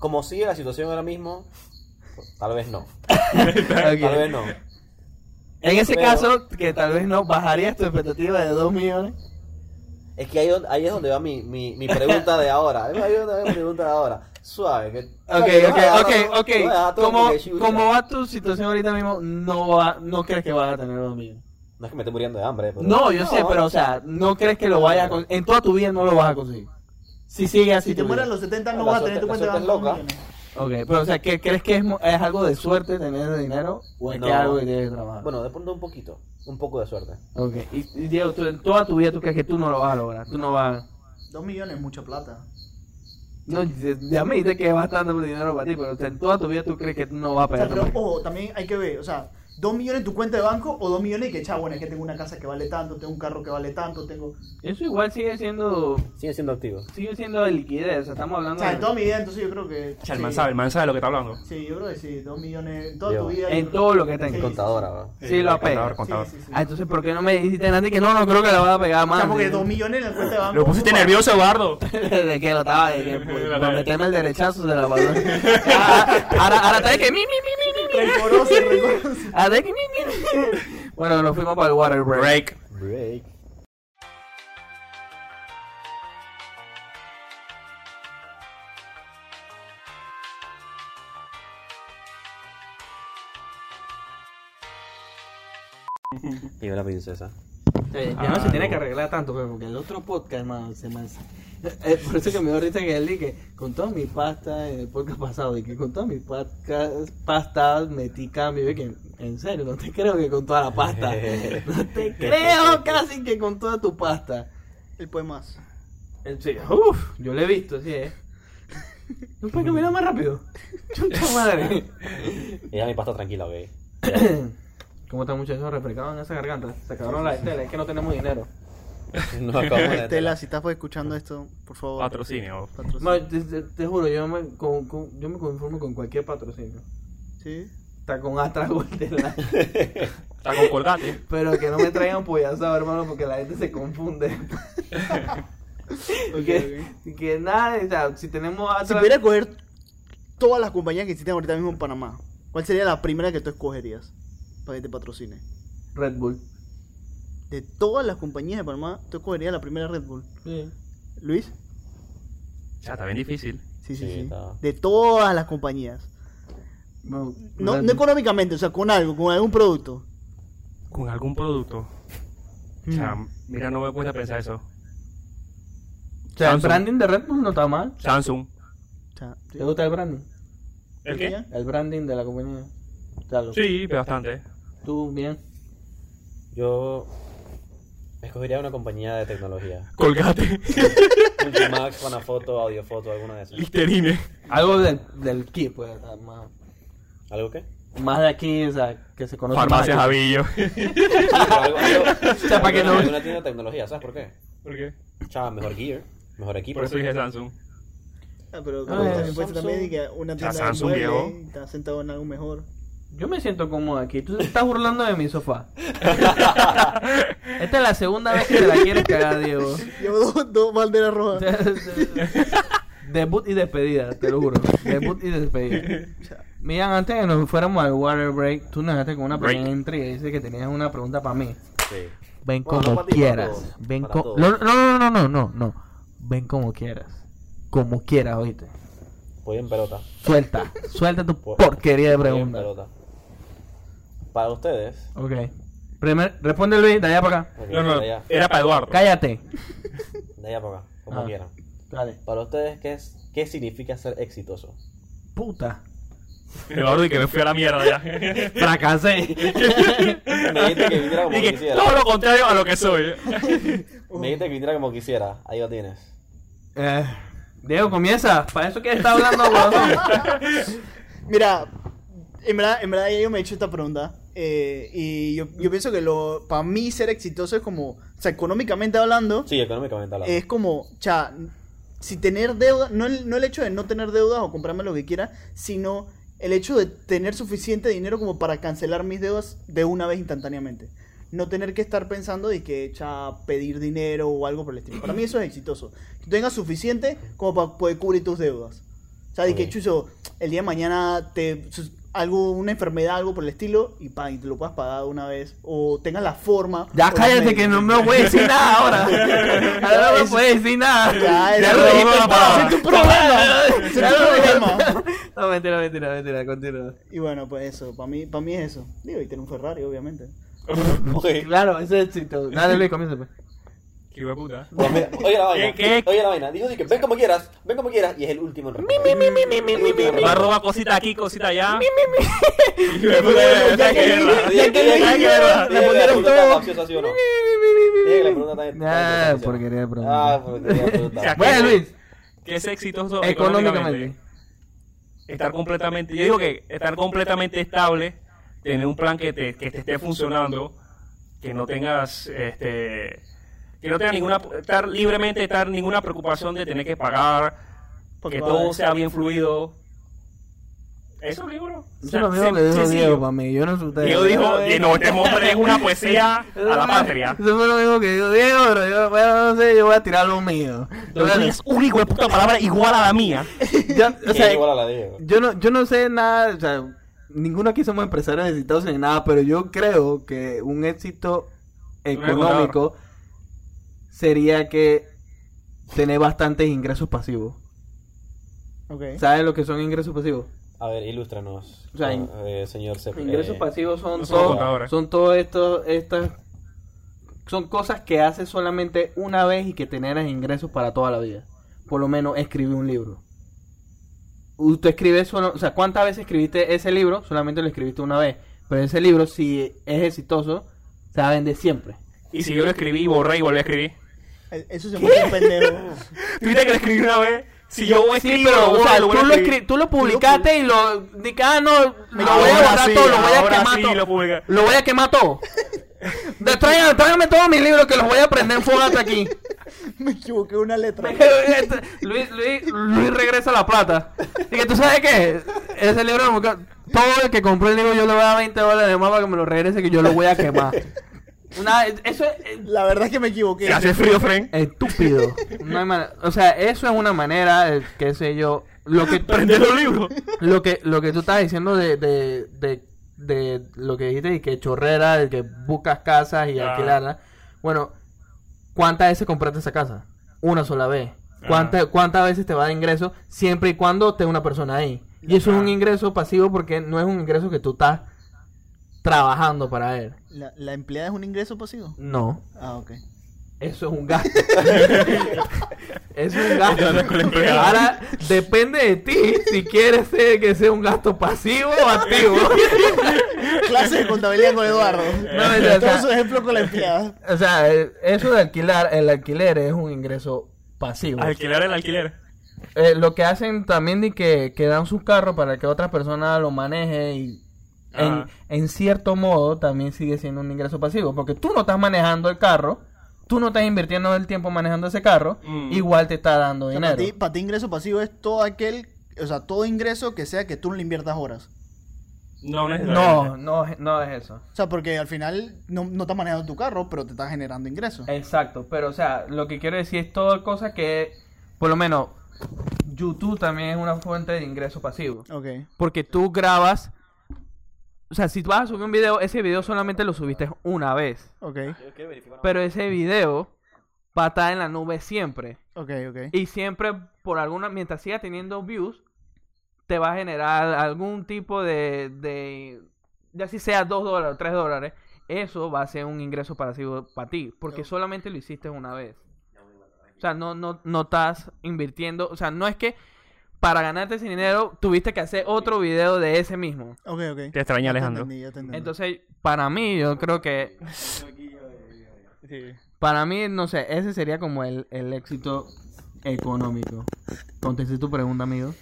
Como sigue la situación ahora mismo, tal vez no. Tal
Ok.
vez no.
En ese
Pero-
caso, que tal vez no, ¿bajarías tu expectativa de 2 millones?
Es que ahí, don- ahí es donde va mi, mi, mi pregunta de ahora. Ahí es donde va mi pregunta de ahora. Suave. Que,
Ok,
que vas
ok,
a dar-
ok, ok.
vas a dar todo
Como,
porque chucha.
como va tu situación ahorita mismo, no, va, no crees que vas a tener 2 millones.
No es que me esté muriendo de hambre. Pero...
No, yo sé, pero o sea, no crees que lo vayas a conseguir. En toda tu vida no lo vas a conseguir. Si sigue así,
Si te
tu
mueres a
vida.
los 70,
La
no vas a
suerte-
tener tu
la
cuenta de
suerte es
banco.
loca.
millones.
Ok, pero o sea, ¿qué, ¿crees que es, mo- es algo de suerte tener ese dinero? ¿O es
No.
que es algo que tienes que trabajar?
Bueno, de pronto un poquito. Un poco de suerte.
Ok, y, y Diego, tú, en toda tu vida tú crees que tú no lo vas a lograr. Tú no vas.
Dos millones es mucha plata.
No, dices- ya me dijiste que es bastante dinero para ti, pero o sea, en toda tu vida tú crees que tú no vas a
O sea,
pegar.
pero ojo, también hay que ver, o sea, dos millones en tu cuenta de banco o dos millones y que, chavo, bueno, es que tengo una casa que vale tanto, tengo un carro que vale tanto, tengo...
Eso igual sigue siendo
Sigue siendo activo.
sigue siendo de liquidez. O sea, estamos
O
hablando
sea, en
de...
toda mi vida, entonces yo creo que...
Cha, El
sí.
man sabe, el man sabe de lo que está hablando.
Sí, yo creo que sí, dos millones, en toda
Yo,
tu vida...
en
yo-
todo lo que
Sí,
tengo.
sí, sí.
Contadora, va.
Sí, lo
Contador,
apegas.
contador.
Sí, sí, sí.
Ah, entonces, ¿por qué no me dijiste antes que no, no creo que la vas a pegar más?
Chamo, que dos millones en la cuenta de banco...
Lo pusiste
ojo,
nervioso, Eduardo.
de que lo estaba de que pues, para meterme el derechazo de la palabra. Ah, ah, ahora ahora está de que mi mi mi mi mi mi
Rencoroso, rencoroso.
Ahora está de que mi mi mi bueno nos fuimos para el water break
Break.
Break. Viva la princesa.
Sí, Eh, ya
Ah,
no se tiene
no.
que arreglar tanto, pero porque el otro podcast, mano, se me hace- Eh, por eso que me dio risa que él dije, con todas mis pastas, en el podcast pasado, y que con todas mis pastas, pastas metí cambio, y que, en serio, no te creo que con toda la pasta, no te creo casi que con toda tu pasta.
El poemazo.
En serio, uff, yo lo he visto, sí, eh. ¿No puedes caminar más rápido? Chuta madre.
Ella mi pasta tranquila, ok.
¿Cómo están muchachos refrescados en esa garganta? Se acabaron las estelas, es que no tenemos dinero.
No acabamos de
Estela, Eh, si estás escuchando esto, por favor.
Patrocinio.
Patrocinio.
Ma, te, te- te juro, yo me, con- con- yo me conformo con cualquier patrocinio.
Sí.
Está con Astra Gold de la-
Está con colgate.
Pero que no me traigan pollazo, hermano, porque la gente se confunde.
Ok,
que, que nada, o sea, si tenemos
Si
Astra...
pudiera coger todas las compañías que existen ahorita mismo en Panamá, ¿cuál sería la primera que tú escogerías para que te patrocine?
Red Bull.
De todas las compañías de Panamá, tú escogerías la primera Red Bull. ¿Luis?
Ya, está bien difícil.
Sí,
Sí,
sí, sí.
está.
De todas las compañías.
No,
No,
Red
no
Bull.
económicamente, o sea, con algo, con algún producto.
Con algún producto. O sea, mira, no me cuesta pensar eso.
O sea, el
Samsung.
branding de Red Bull no está mal.
Samsung.
O sea, sí.
¿Te gusta el branding?
¿El qué?
El branding de la compañía. O sea, lo-
Sí, bastante.
Tú bien.
Yo escogería una compañía de tecnología.
Colgate.
Ultimax, Panafoto, Audiofoto, alguna de esas.
Listerine.
Algo del, del kit, pues, o sea, más,
¿Algo qué?
más de aquí, o sea, que se conoce
Farmacia
más.
Javillo.
Algo- algo-
sea, para que no-
Alguna tienda de tecnología, ¿sabes por qué?
¿Por qué?
Chava, mejor gear, mejor equipo.
Por eso dije Samsung.
Ah, pero
Ah,
también
Samsung.
puede ser también de que una
sea,
tienda de
Samsung,
muebles,
viejo.
está sentado en algo mejor.
Yo me siento cómodo aquí. Tú te estás burlando de mi sofá. Esta es la segunda vez que te la quieres cagar, Diego.
Llevo dos, dos banderas rojas.
Debut y despedida, te lo juro. Debut y despedida. Miran, antes de que nos fuéramos al water break, tú nos dejaste con una
Break.
pequeña intriga. Dice que tenías una pregunta para mí.
Sí.
Ven
Bueno,
como
no para ti, para
quieras.
todos,
Ven
para
co-
todos.
no, no, no, no, no, no, no. Ven como quieras. Como quieras, oíste.
Voy en pelota.
Suelta, suelta tu
Por-
porquería de
Voy en
pregunta.
pelota. Para ustedes.
Ok. Primer, responde Luis, de allá para acá.
ok,
No, no,
De allá,
era para Eduardo.
Cállate.
de allá para acá, como
Ah.
quieran.
Dale.
Para ustedes, ¿qué, es, ¿qué significa ser exitoso?
Puta.
Eduardo, y que me fui a la mierda ya.
Fracasé.
Me dijiste que viniera como
Y que
quisiera.
todo lo contrario a lo que soy.
Me dijiste que viniera como quisiera. Ahí lo tienes.
Eh, Diego, comienza. Para eso que está hablando, huevón.
Mira, en verdad, en verdad ya yo me he hecho esta pregunta. eh, y yo, yo pienso que lo para mí ser exitoso es como, o sea, económicamente hablando,
Sí, económicamente hablando.
Eh,
es como, cha, si tener deuda, no el, no el hecho de no tener deudas o comprarme lo que quiera, sino el hecho de tener suficiente dinero como para cancelar mis deudas de una vez instantáneamente. No tener que estar pensando de que, cha, pedir dinero o algo por el estilo. Para mí eso es exitoso. Que tengas suficiente como para poder cubrir tus deudas. O sea, de que,
Ok.
chuzo, el día de mañana te sus- algo una enfermedad, algo por el estilo, y, pa, y te lo puedas pagar de una vez. O tengas la forma. o
Ya
los
cállate
medios.
que no me voy a decir nada ahora. Ahora no me
Eso-
puedes decir nada.
Ya, eso-
lo dijiste
no, no,
todo.
no, no.
Es tu problema. Es tu
Ya lo dijiste.
problema.
No, mentira, mentira, mentira. Continúa.
Y bueno, pues eso, para mí, para mí es eso. Digo, y tener un Ferrari, obviamente.
Ok.
Claro, eso es éxito. Dale, Luis, comienza. pues.
Qué hijo de puta.
Pero pues mira, Oye la vaina.
¿Qué, qué?
Oye la vaina. Dijo que ven como quieras, ven como quieras. Y es el último en responder. El último en
Va a
responder.
robar cosita aquí, cosita allá. Hijo de puta,
Bueno, ya
ya
que-
guerra.
ya que-
Ya guerra.
Dile que la
Respondieron
pregunta
todo.
capciosa, ¿sí o no? Dile que la pregunta está- está
Ah,
capciosa.
porquería de pregunta.
Ah, porquería de pregunta.
Ya.
Bueno, Luis,
Que es exitoso
económicamente.
Estar completamente, yo digo que estar completamente estable, tener un plan que te, que te esté funcionando, que no tengas, este, que no tengas ninguna, estar libremente, estar ninguna preocupación de tener que pagar,
Porque
que
va-
todo sea bien fluido. Eso digo, bro. O
Eso
sea,
es lo mismo
sen-
que dijo
sencillo.
Diego para mí. Yo no sé ustedes.
Diego dijo, "Y no, este hombre es una poesía a la patria.
Eso fue lo mismo que dijo Diego, pero yo bueno, no sé, yo voy a tirar lo mío.
Lo tuyo es un hijo de puta palabra igual a la mía.
Yo, o
Que
sea,
igual a la de Diego.
yo no, yo no sé nada, o sea, ninguno aquí somos empresarios necesitados ni nada, pero yo creo que un éxito económico sería que tener bastantes ingresos pasivos.
Ok.
¿Sabes lo que son ingresos pasivos?
A ver, ilústranos,
O sea, in-
eh, señor Cep-
Ingresos
eh,
pasivos son
no somos
todo,
contadores.
son todo esto, estas son cosas que haces solamente una vez y que te generas ingresos para toda la vida. Por lo menos escribí un libro. Usted escribe solo, o sea, ¿cuántas veces escribiste ese libro? Solamente lo escribiste una vez. Pero ese libro, si es exitoso, se va a vender siempre.
Y si yo lo escribí, borré y volví a escribir.
Eh, Eso se muestra un pendejo.
Tuviste que lo escribí una vez. Si yo
Sí,
escribo,
pero,
lo borro,
o sea,
lo
tú,
vuelvo
lo
a escribir.
escri- tú lo publicaste y lo... di que, ah, no, lo voy a
Ahora
borrar
sí,
todo, lo voy a
ahora
quemar
sí
todo.
lo publica.
Lo voy a quemar todo. De- Tráigame, tráigame todos mis libros que los voy a prender en fogata aquí.
Me equivoqué una letra.
Luis, Luis, Luis regresa la plata. Y que tú sabes qué, ese libro de Muca- todo el que compró el libro yo le voy a dar 20 dólares de más para que me lo regrese que yo lo voy a quemar. Una, eso es eh,
La verdad es que me equivoqué.
Que Hace frío, Fren.
estúpido. No hay manera- o sea, eso es una manera, eh, qué sé yo, lo que
Prende los libros.
lo que lo que tú estás diciendo de, de, de, de lo que dijiste y que chorrera de que buscas casas y
Ah.
alquilarlas bueno cuántas veces compraste esa casa una sola vez ¿Cuánta- cuántas veces te va de ingreso siempre y cuando esté una persona ahí y eso es un
Ah.
ingreso pasivo porque no es un ingreso que tú estás trabajando para él
¿La, la empleada es un ingreso pasivo?
no
Ah, ok.
eso es un gasto eso es un gasto
Yo no con la empleada.
Ahora depende de ti si quieres ser- que sea un gasto pasivo o activo.
Clase de contabilidad con Eduardo.
No, o sea,
Todo su ejemplo con la empleada.
O sea, eh, eso de alquilar, el alquiler es un ingreso pasivo.
Alquilar el alquiler.
Eh, lo que hacen también de que, que dan sus carros para que otra persona lo maneje y en,
Ajá.
en cierto modo también sigue siendo un ingreso pasivo, porque tú no estás manejando el carro, tú no estás invirtiendo el tiempo manejando ese carro,
Mm.
igual te está dando
O sea,
dinero.
para, ti, para ti ingreso pasivo es todo aquel, o sea, todo ingreso que sea que tú no le inviertas horas.
No, no es
No, no, no es eso.
O sea, porque al final no, no estás manejando tu carro, pero te estás generando ingresos.
Eh. Exacto, pero o sea, lo que quiero decir es toda cosa que, por lo menos, YouTube también es una fuente de ingreso pasivo.
Ok.
Porque tú grabas. O sea, si tú vas a subir un video, ese video solamente lo subiste una vez.
Ok,
Pero ese video va a estar en la nube siempre.
ok, ok.
Y siempre, por alguna. Mientras siga teniendo views, te va a generar algún tipo de. de ya si sea 2 dólares o 3 dólares. Eso va a ser un ingreso pasivo para ti. Porque solamente lo hiciste una vez. O sea, no, no, no estás invirtiendo. O sea, no es que para ganarte ese dinero tuviste que hacer otro video de ese mismo.
Ok, ok.
Te extraña, Alejandro.
entendí, ya te entendí.
Entonces, para mí, yo creo que. Para mí, no sé, ese sería como el, el éxito económico. Contesté tu pregunta, amigo.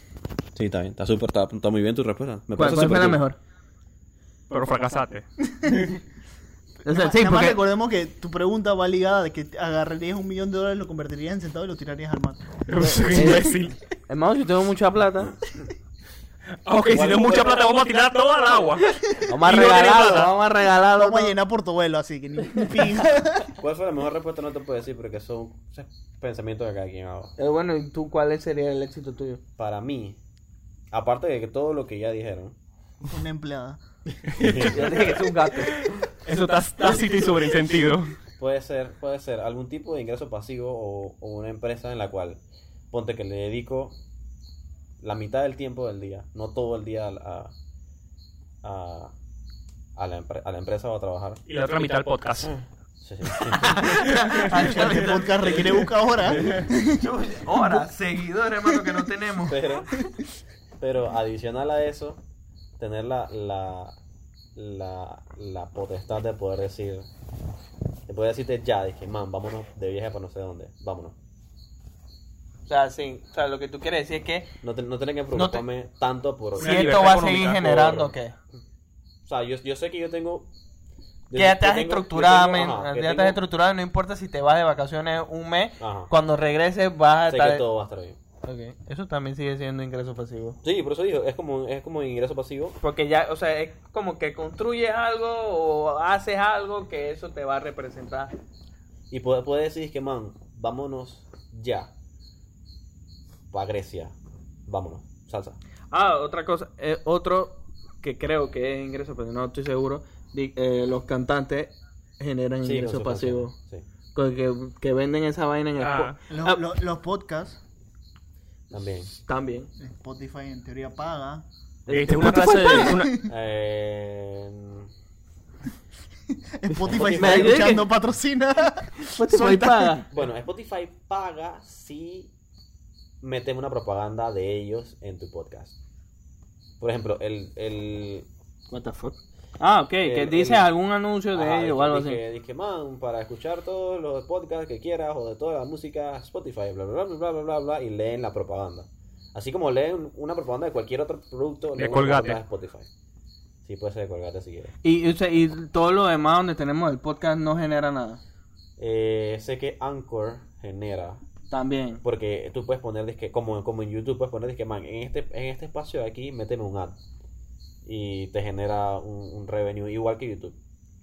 Sí, está bien, está súper, está, está muy bien tu respuesta. Me parece
¿Cuál, cuál
súper
fue la
cool.
mejor?
Pero fracasaste.
O sea,
Nada
sí,
más
porque-
recordemos que tu pregunta va ligada de que agarrarías un millón de dólares, lo convertirías en centavos y lo tirarías al mar.
Eres un imbécil.
Hermano, yo tengo mucha plata.
Ok, si no es mucha plata, vamos a tirar toda el agua.
Vamos a
Y no tiene
regalarlo,
plata.
vamos a regalarlo.
Vamos a
todo.
llenar Portobelo, así que ni, ni pija.
¿Cuál fue la mejor respuesta? No te puedo decir porque son pensamientos que cada quien hago.
Eh, bueno, ¿y tú cuál sería el éxito tuyo?
Para mí, aparte de que todo lo que ya dijeron,
Una empleada.
Yo dije que es un gato.
Eso está tácito y sobre sentido.
puede ser, puede ser algún tipo de ingreso pasivo o, o una empresa en la cual, ponte que le dedico la mitad del tiempo del día, no todo el día a, a, a la, empre- a la empresa o a trabajar.
Y la otra mitad del podcast.
Sí, sí.
Este podcast requiere busca horas.
Ahora, seguidores, hermano, que no tenemos.
Pero, pero adicional a eso, tener la, la, la, la potestad de poder decir, de poder decirte ya, dije, man, vámonos de viaje para no sé dónde, vámonos.
O sea, sí, o sea, lo que tú quieres decir es que
No, te- no tener que preocuparme tanto por...
si
Una
esto
libertad
va a
económica,
seguir
por-
generando, ¿qué?
O sea, yo, yo sé que yo tengo...
Que
yo-
ya te
yo
has
tengo- yo
estructurado,
tengo-
men,
ajá, que
ya te
tengo-
has estructurado, no importa si te vas de vacaciones un mes,
Ajá.
cuando regreses vas a
Sé
estar...
que todo va a estar bien.
Ok, Eso también sigue siendo ingreso pasivo.
Sí, por eso digo, es como, es como ingreso pasivo.
Porque ya, o sea, es como que construyes algo o haces algo que eso te va a representar.
Y puedes puede decir que, man, vámonos ya. Para Grecia. Vámonos. Salsa.
Ah, otra cosa, eh, otro que creo que es ingreso, pero no estoy seguro, di- eh, los cantantes generan
Sí,
ingresos
con sus
pasivos.
canciones, sí.
Con- Que, que venden esa vaina en el...
Ah.
po-
Lo-
Ah,
lo- los podcasts,
También.
También.
Spotify en teoría paga.
Este,
una
puto fue
clase de-
el pana.
Eh,
Spotify
Me
está
alegra que-
escuchando, patrocina.
Spotify
Suelta.
paga.
bueno, Spotify paga si meten una propaganda de ellos en tu podcast. Por ejemplo, el... el
What the fuck?
Ah, ok, que
El-
dices
el-
algún anuncio de
Ajá,
ellos o algo así.
dije, dije, man, para escuchar todos los podcasts que quieras o de toda la música, Spotify, bla, bla, bla, bla, bla, bla, bla, y leen la propaganda. Así como leen una propaganda de cualquier otro producto,
De
leen una
Colgate.
propaganda de Spotify. Sí, puede ser de Colgate si quieres.
Y, y usted- y todo lo demás donde tenemos el podcast no genera nada.
Eh, sé que Anchor genera,
También.
porque tú puedes poner, disque, como, como en YouTube, puedes poner, disque, man, en este, en este espacio de aquí, méteme un ad. Y te genera un, un revenue igual que YouTube.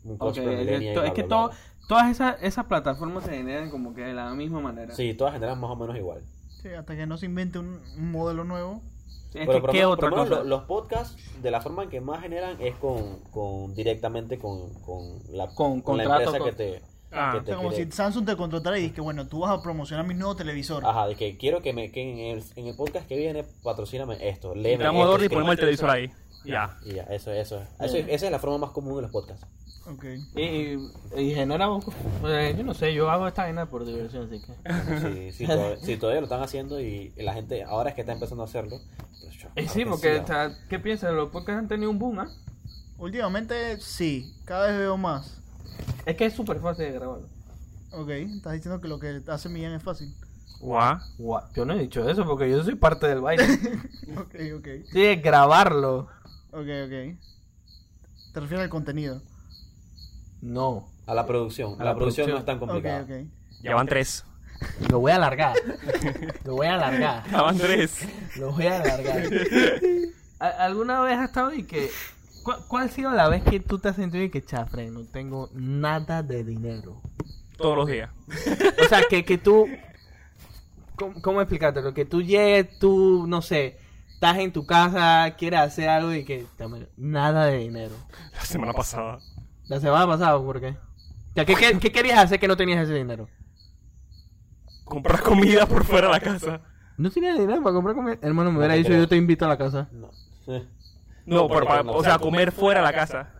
Un cost
Ok,
per
es,
millennial pues, y
to-
bla,
es que
bla, bla.
todo- todas esas, esas plataformas se generan como que de la misma manera.
Sí, todas generan más o menos igual.
Sí, hasta que no se invente un, un modelo nuevo.
Es
Pero
que,
por
¿qué
lo-
otra
por lo menos
cosa?
lo- Los, podcasts, de la forma en que más generan es con, con directamente con, con la,
Con
la
contrato,
empresa
con-
que te,
Ah.
que
O
te
sea, como
quiere-
si Samsung te contratara y dice que bueno, tú vas a promocionar mi nuevo televisor.
Ajá, de que quiero que, me, que en, el, en el podcast que viene patrocíname esto. Léeme
Damos
esto,
dos y
que-
ponemos el televisor ahí. Ya.
Y ya, eso, eso. eso esa es la forma más común de los podcasts.
Ok.
Y, y, y genera poco. O sea,
pues,
yo no sé, yo hago esta vaina por diversión, así que.
Si todavía, sí, todavía lo están haciendo y la gente ahora es que está empezando a hacerlo. pues yo,
Y
Eh,
claro
sí,
que
porque, o
ah.
sea, ¿qué piensas? Los podcasts han tenido un boom, ¿ah?
Últimamente sí, cada vez veo más.
Es que es súper fácil de grabarlo.
Ok, estás diciendo que lo que hace Millán es fácil.
Guau.
Guau, yo no he dicho eso porque yo soy parte del baile.
Ok, ok.
Sí, es grabarlo.
Ok, ok. Te refieres al contenido.
No,
A la producción.
A
la,
la
producción, no
producción.
es tan
Ok,
complicada.
ok.
Ya van tres.
lo voy a alargar. Lo voy a alargar.
Ya van tres.
Lo voy a alargar. ¿Al- ¿Alguna vez has estado y que... ¿Cuál, cuál ha sido la vez que tú te has sentido y que, chafre, no tengo nada de dinero?
Todos los días.
O sea, que, que tú... ¿Cómo, cómo explicártelo? Que tú llegues, tú, no sé, estás en tu casa, quieres hacer algo y que... "Dame Nada de dinero.
La semana pasada.
La semana pasada, ¿por qué? O sea, ¿qué, qué, qué querías hacer que no tenías ese dinero?
Comprar comida por fuera de la casa.
No tenías dinero para comprar comida. Hermano,
No
me hubiera
te
dicho,
creo.
yo te invito a la casa.
No.
No, pero para- o sea, comer fuera de la casa.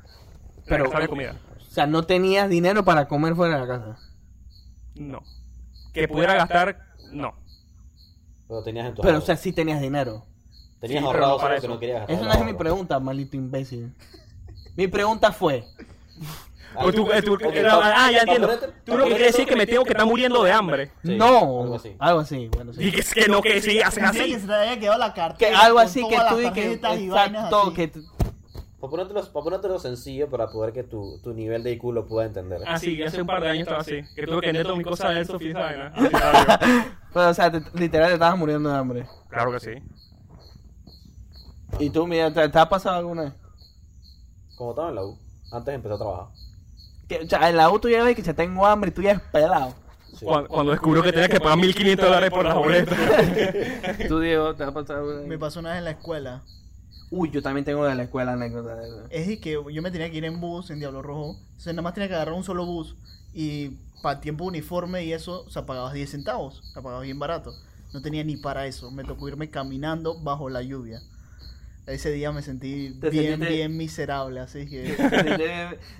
Pero-
Pero sabe comida.
O sea, no tenías dinero para comer fuera de la casa.
No. Que pudiera gastar, no.
Pero tenías en tu
Pero, o
ahorro.
sea, sí tenías dinero.
Tenías
Sí, pero
ahorrado
no
solo que
para eso.
no querías gastar
Esa
el
no es mi
ahorro.
pregunta, maldito imbécil. Mi pregunta fue,
Ah,
Pues tú- eh, tú-
ok,
eh,
pa-
ah, ya
pa-
entiendo.
ponerte- pa-
Tú lo que
ponerte
quieres decir es
todo
que me tengo que estar muriendo de hambre.
Sí,
no,
algo así.
bueno, sí.
Y que es que no, que si haces
Pensé que
así.
se te había quedado la carta.
Que algo así que tú y que exacto, que tú-
Para ponértelo, pa' ponértelo sencillo para poder que tu, tu nivel de IQ lo pueda entender.
Así, Ah, hace un par de años estaba así. Que tuve que vender todas mis cosas del Sofía Saina. Así estaba yo.
pero, o sea, te- literal te estabas muriendo de hambre.
Claro que sí.
Y tú, mira, ¿te, te ha pasado alguna vez?
Como estaba en la U, antes empezó a trabajar.
Que, o sea, en la U tú ya ves que ya tengo hambre y tú ya es pelado.
Sí.
Cuando, cuando descubrió que tenía que pagar 1.500 dólares por las boletas.
Tú Diego, te ha pasado alguna vez?
Me pasó una vez en la escuela.
Uy, yo también tengo de la escuela anécdota de eso.
Es de que yo me tenía que ir en bus en Diablo Rojo. Entonces nada más tenía que agarrar un solo bus. Y para tiempo uniforme y eso, o sea, pagabas 10 centavos. O sea, pagabas bien barato. No tenía ni para eso. Me tocó irme caminando bajo la lluvia. Ese día me sentí
Te
bien,
sentiste-
bien miserable. Así que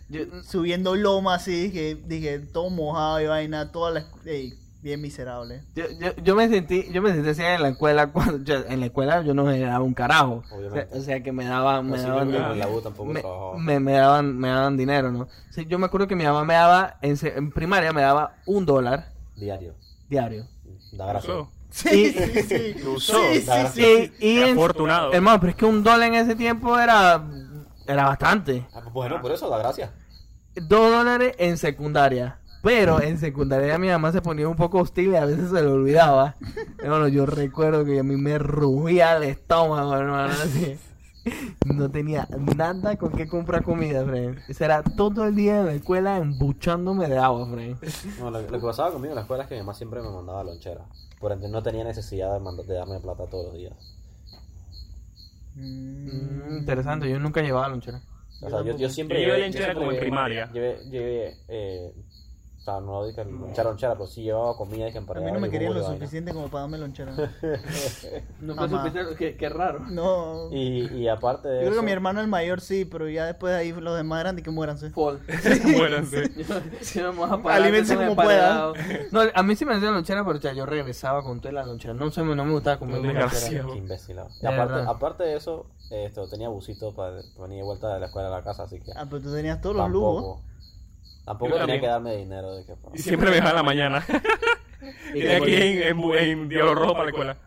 Yo-
subiendo loma, así que dije todo mojado y vaina. Toda la. ey, bien miserable.
Yo, yo, yo me sentí, yo me sentí así en la escuela cuando yo- en la escuela yo no generaba un carajo. O sea,
Obviamente.
o sea, que me daban, me
Así
daban
mismo,
dinero.
en la U tampoco
me,
trabajaba.
me- me daban, me daban dinero, ¿no? O sea, yo me acuerdo que mi mamá me daba, en, se- en primaria me daba un dólar
Diario.
diario.
Da gracia.
Sí, sí, sí. Sí, sí,
Dar-
sí.
y, y
Qué
en-
afortunado.
hermano, pero es que un dólar en ese tiempo era, era bastante.
Ah, bueno, por eso da gracia.
Dos dólares en secundaria. Pero en secundaria mi mamá se ponía un poco hostil y a veces se lo olvidaba. Hermano, yo recuerdo que a mí me rugía el estómago, hermano. así. No tenía nada con qué comprar comida, Fred. Será todo el día en la escuela embuchándome de agua, Fred.
No, lo, lo que pasaba conmigo en la escuela es que mi mamá siempre me mandaba lonchera. Por ende, no tenía necesidad de, manda- de darme plata todos los días.
Mm, interesante, yo nunca llevaba lonchera.
O sea, yo, yo siempre.
Yo llevé
llevé-
lonchera
siempre
como en
llevé-
primaria.
Llevé, llevé, eh, O sea, no dije
Mm.
lonchera, lonchera, pero sí llevaba comida dije,
A
emparedada.
mí no me
y
querían
jugo y
lo
vaina.
suficiente como para darme lonchera.
Nunca
Jamás.
supiste, qué, qué raro.
No. Yo
Y, y aparte de
creo
eso,
que mi hermano el mayor sí, pero ya después de ahí los demás grandes que muéranse.
Paul.
Muéranse.
Si no me vas a parar,
Aliméntese
te pones
como pueda.
parado. No, a mí sí me hacían lonchera, pero ya yo regresaba con toda la lonchera. No sé, no me gustaba comer
No,
mi
desgraciado.
lonchera.
Qué imbécil. ¿no? Y
De
aparte,
verdad.
aparte de eso, esto, tenía busito para para venir de vuelta de la escuela a la casa, así que.
Ah, pero tú tenías todos los lujos.
Tampoco. Tampoco
Yo
tenía
también.
que darme dinero de que. pa-
Y siempre me dejaba en la mañana.
Y
Tenía
te
que ir en, en, en Diablo Rojo para la escuela.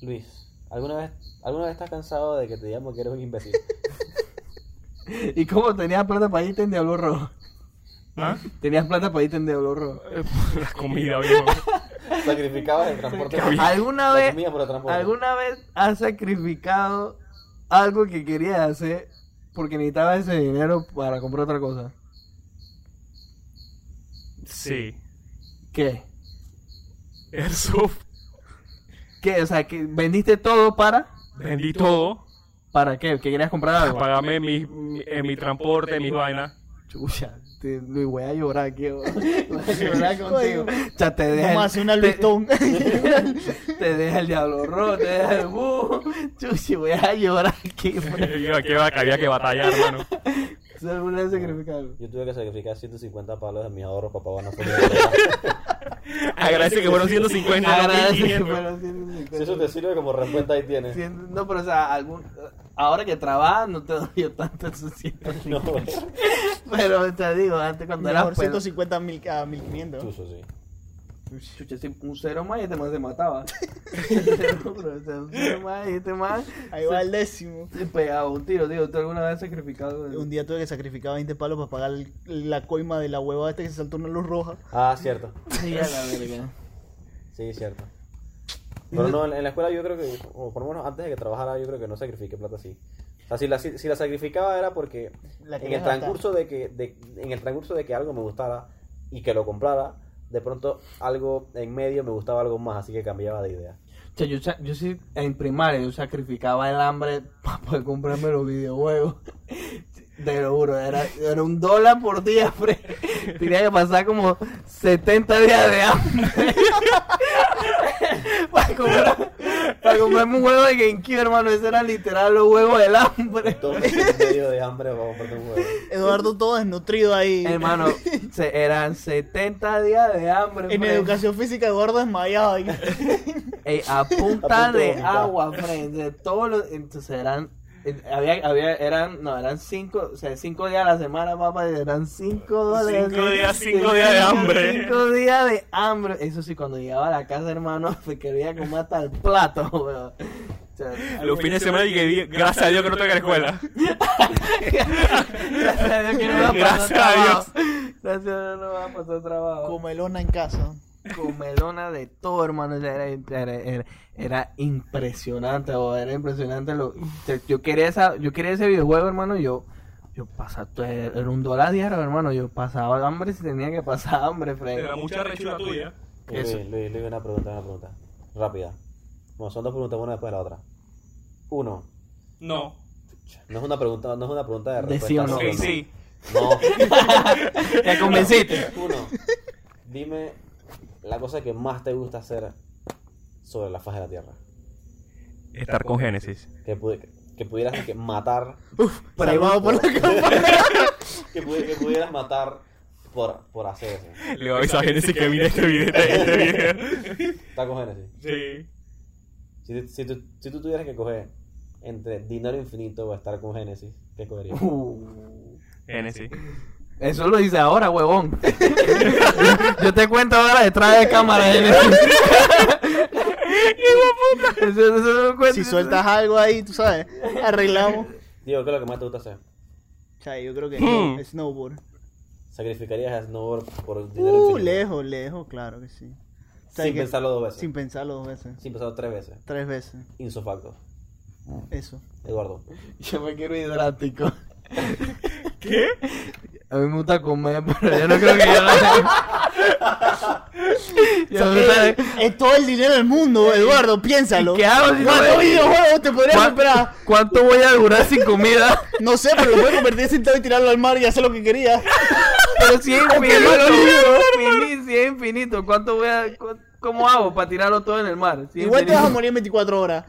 Luis, ¿alguna vez, ¿alguna vez estás cansado de que te digamos que eres un imbécil?
¿Y cómo tenías plata para irte en Diablo Rojo?
¿Ah?
Tenías plata para irte en Diablo Rojo.
Eh, La comida, viejo.
Sacrificabas el transporte.
¿Alguna
la
vez,
comida por el transporte.
¿Alguna vez has sacrificado algo que querías hacer porque necesitabas ese dinero para comprar otra cosa?
Sí.
¿Qué?
Airsoft.
¿Qué? O sea, que vendiste todo para...
Vendí todo.
¿Para qué? ¿Que querías comprar algo?
Pagame mi, mi, eh, mi transporte, mis vainas.
Chucha, te, Luis, voy a llorar aquí. Voy a llorar
Coño.
contigo. Ya te deja.
Vamos a
el-
hacer una
te-
listón.
Te deja el diablo rojo, te deja el búho. Chuchi, voy a llorar aquí.
Yo aquí va- que había que batallar, hermano.
¿Sabes alguna vez sacrificarlo?
Yo tuve que sacrificar 150 palos de mis ahorros para pagar una forma
Agradece que fueron 150. no
Agradece que
1500.
fueron 150.
Si eso te sirve como respuesta, ahí tienes.
Sí, No, pero o sea, algún, ahora que trabajas no te dolió tanto esos 150.
No,
Pero te digo, antes cuando
Mejor
eras pedo,
150 a 1500.
chuzo, sí.
chucha, si un cero más y este man se mataba. Pero, o sea, un cero más y este man
Ahí va el décimo.
se pegaba un tiro. Digo, ¿tú alguna vez has sacrificado? el-
Un día tuve que sacrificar 20 palos para pagar el- la coima de la hueva esta que se saltó una luz roja.
Ah, cierto.
Sí, a la verga.
Sí, cierto. Pero no, en en la escuela yo creo que, o por lo menos antes de que trabajara, yo creo que no sacrifiqué plata así. O sea, si la, si, si la sacrificaba era porque
La
en
querías
el, transcurso de que, de- en el transcurso de que algo me gustara y que lo comprara, de pronto algo en medio me gustaba algo más, así que cambiaba de idea.
O sea, yo, sa- yo sí, en primaria, yo sacrificaba el hambre para poder comprarme los videojuegos. Te lo juro, era, era un dólar por día, Fred. Tenía que pasar como 70 días de hambre. para, comprar, para comprarme un huevo de GameCube, hermano. Ese era literal los huevos del hambre.
Entonces, en medio de hambre, para comprarte un huevo.
Eduardo todo desnutrido ahí.
Hermano, se- eran 70 días de hambre.
En
Fred.
educación física Eduardo desmayado. ahí.
Ey, Eh, a
A
punta
punto de
de
vomitar.
agua, friend. de todos los- entonces eran, eh, había, había, eran, no, eran cinco, o sea, cinco días a la semana, papá, y eran cinco dólares.
Cinco días, cinco días de hambre.
Cinco días de hambre. Eso sí, cuando llegaba a la casa, hermano, se quería comer hasta el plato, weón. O sea,
Los fines de semana dije, "Di- gracias a Dios que no tengo que ir a la escuela.
gracias a Dios que no me va a pasar
Gracias a
trabajo. Gracias a Dios no me va a pasar trabajo.
Comelona en casa.
comelona de todo, hermano. O sea, Era, era, era- era impresionante, o era impresionante. Lo, o sea, yo, quería esa, yo quería ese videojuego, hermano. y Yo, yo pasaba, era un dólar diario, hermano. Yo pasaba hambre si tenía que pasar hambre, Fred.
Era mucha rechura tuya.
Y
Eso.
Luis, Luis, Luis, una pregunta, una pregunta. Rápida. Bueno, son dos preguntas, una después de la otra. Uno,
No.
no es una pregunta, no es una pregunta de
De
respuesta.
sí o no.
Sí, sí.
No.
Te convenciste.
Uno, dime la cosa que más te gusta hacer sobre la faz de la Tierra.
Estar con Génesis.
Que, pudi- que pudieras que matar,
Salvado por la
que, pudi- que pudieras matar por, por hacer eso.
Le voy a avisar a Génesis que mire este video. Este video.
Está con Génesis.
Sí.
Si, tú- si, tú, si tú tuvieras que coger entre dinero infinito o estar con Génesis, ¿qué cogerías?
Uh,
Génesis.
eso lo dice ahora, huevón. yo te cuento ahora detrás de cámara. ¿eh? Eso- eso lo cuento.
Si sueltas algo ahí, tú sabes, arreglamos.
Digo, ¿qué es lo que más te gusta hacer?
O sea, yo creo que
Hmm.
Mm.
no, snowboard.
¿Sacrificarías a Snowboard por dinero
Uh,
infinito?
lejos, lejos, claro que sí. O sea,
Sin
que-
pensarlo dos veces.
Sin pensarlo dos veces.
Sin pensarlo tres veces.
Tres veces.
Insofacto.
Eso.
Eduardo.
Yo me quiero hidrático.
¿Qué?
A mí me gusta comer, pero yo no creo que yo lo haga. Yo me gusta-
Eh, Es todo el dinero del mundo, Eduardo, piénsalo.
¿Qué hago si no
¿Cuántos
me-
videojuegos te podrías
¿Cuán-
comprar?
¿Cuánto voy a durar sin comida?
No sé, pero lo puedes convertir en centavo y tirarlo al mar y hacer lo que querías.
Pero si es infinito, infinito, si es infinito, ¿cuánto voy a, cu- cómo hago para tirarlo todo en el mar? Si es
Igual te vas a
infinito.
morir en 24 horas.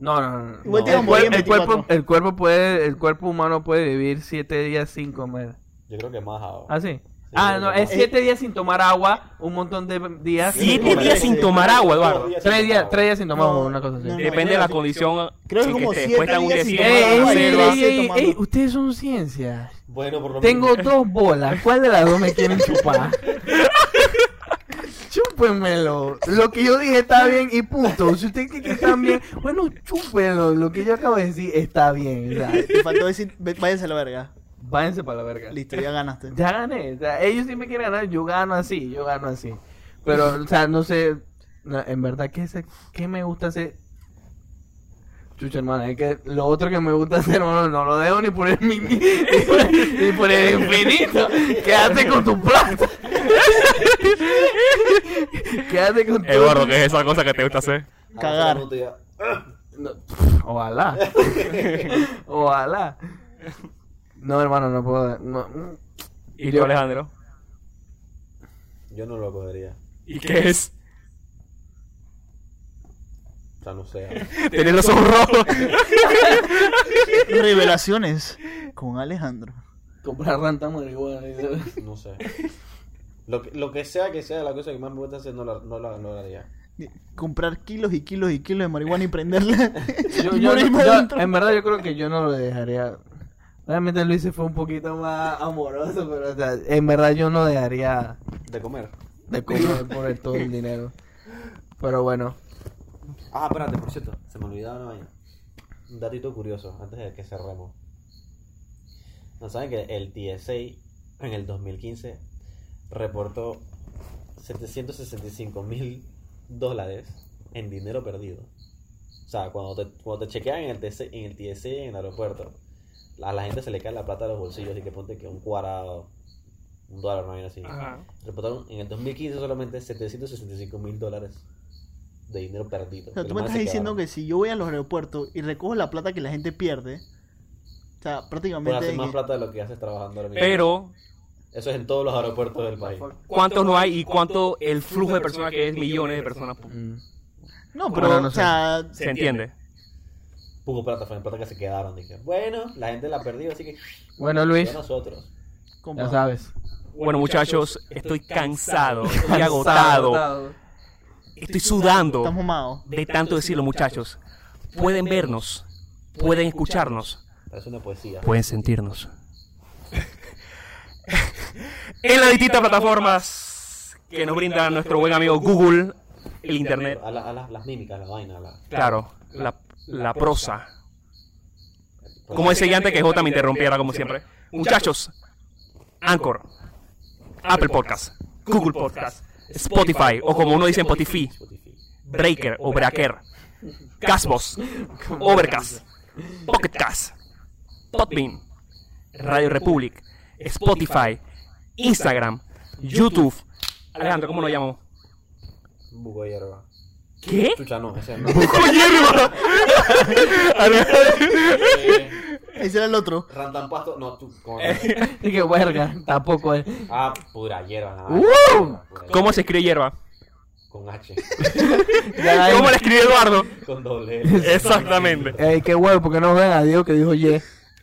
No, no, no, no.
Igual te vas a
El
morir
cuer-
en
el, cuerpo,
24.
el cuerpo puede, el cuerpo humano puede vivir siete días sin comer.
Yo creo que más ahora.
¿Ah, sí? ah, no, es siete días sin tomar agua, un montón de días. sin
Siete
comer.
días sin tomar agua, Eduardo.
Tres días, tres días sin tomar
No,
agua, una cosa así.
no, no.
Depende de la condición.
Creo que
en
como
te
siete
encuentran un
días sin
desierto,
Ey, ey,
una
agua,
ey,
selva.
ey, ey,
tomando.
ey, ustedes son ciencias.
Bueno, por lo
Tengo
menos.
dos bolas. ¿Cuál de las dos me quieren chupar? Chúpenmelo. Lo que yo dije está bien y punto. Si usted cree que está bien, bueno, chúpenlo. Lo que yo acabo de decir está bien. o sea,
Te faltó decir, "Ve- váyanse a la verga.
váyanse para la verga.
Listo, ya ganaste.
Ya gané. O sea, ellos siempre quieren ganar. Yo gano así, yo gano así. Pero, o sea, no sé. no, en verdad, ¿qué, se- qué me gusta hacer? Chucha, hermano, es que lo otro que me gusta hacer, hermano, no lo dejo ni por el, mi- ni, por el- ni por el infinito. Quédate con tu plata. Quédate con tu
Eduardo, ¿qué es esa cosa que te gusta hacer?
Cagar.
No, Ojalá. Ojalá. No, hermano, no puedo. no. mm.
¿Y tú, Alejandro?
Yo no lo cogería.
¿Y qué es?
O sea, no sé.
Tener los ojos rojos.
Revelaciones con Alejandro.
Comprar ranta marihuana. y-
No sé. Lo que, lo que sea que sea la cosa que más me gusta hacer, no la, no la, no la haría.
Comprar kilos y kilos y kilos de marihuana y prenderla.
yo,
y
yo,
morirme
yo-
adentro.
en verdad yo creo que yo no lo dejaría. Realmente Luis se fue un poquito más amoroso, pero o sea, en verdad yo no dejaría
De comer.
de comer por el, todo el dinero. Pero bueno,
Ah, espérate, por cierto, se me olvidaba una vaina. Un datito curioso, antes de que cerremos. ¿No saben que el TSA en el 2015 reportó 765 mil dólares en dinero perdido? O sea, cuando te, cuando te chequean en el, TSA, en el TSA en el aeropuerto, a la gente se le cae la plata a los bolsillos y que ponte que un cuadrado, un dólar, una vaina así.
Ajá.
Reportaron en el 2015 solamente 765 mil dólares de dinero perdido.
O sea, tú me estás diciendo que si yo voy a los aeropuertos y recojo la plata que la gente pierde, o sea,
Puedes
prácticamente.
hacer más plata de lo que haces trabajando ahora mismo.
Pero,
Eso es en todos los aeropuertos del país.
¿cuántos no hay y cuánto el flujo de personas que es millones de personas?
mm,
No, pero,
Bueno, no
o sea,
¿Se entiende?
Poco plata, fue en plata que se quedaron. Dije, bueno, la gente la perdió, así que.
bueno Luis,
ya nosotros.
compa,
ya sabes.
Bueno, muchachos, estoy cansado, estoy
Cansado,
agotado, estoy sudando.
estamos mados.
de tanto decirlo, muchachos. Pueden vernos, pueden escucharnos,
Parece una poesía.
pueden sentirnos. en las distintas plataformas que nos brinda nuestro buen amigo Google, el Internet,
A, la- a la- las mímicas, la vaina. La...
claro, la, la prosa. Como ese gigante que J me interrumpiera, como siempre. Muchachos, Anchor, Apple Podcast, Google Podcast, Spotify, o como uno dice en Spotify,
Spotify.
Breaker o Breaker, Casbos, Overcast, Pocketcast, Podbean, Radio Republic, Spotify, Instagram, YouTube. Alejandro, ¿cómo lo llamamos?
Bugo hierba.
¿Qué?
Chucha, no, ese no. Eh,
Ese era el otro.
Rantampasto, no, tú. ¿cómo?
Y que verga, tampoco es.
Ah, pura hierba, nada.
¡Uh!
Pura
¿Cómo se escribe hierba?
Con H.
Ya,
¿Cómo la
ey,
escribe Eduardo?
Con doble L.
Exactamente.
ey, qué huevo, porque no ven a Dios que dijo ye.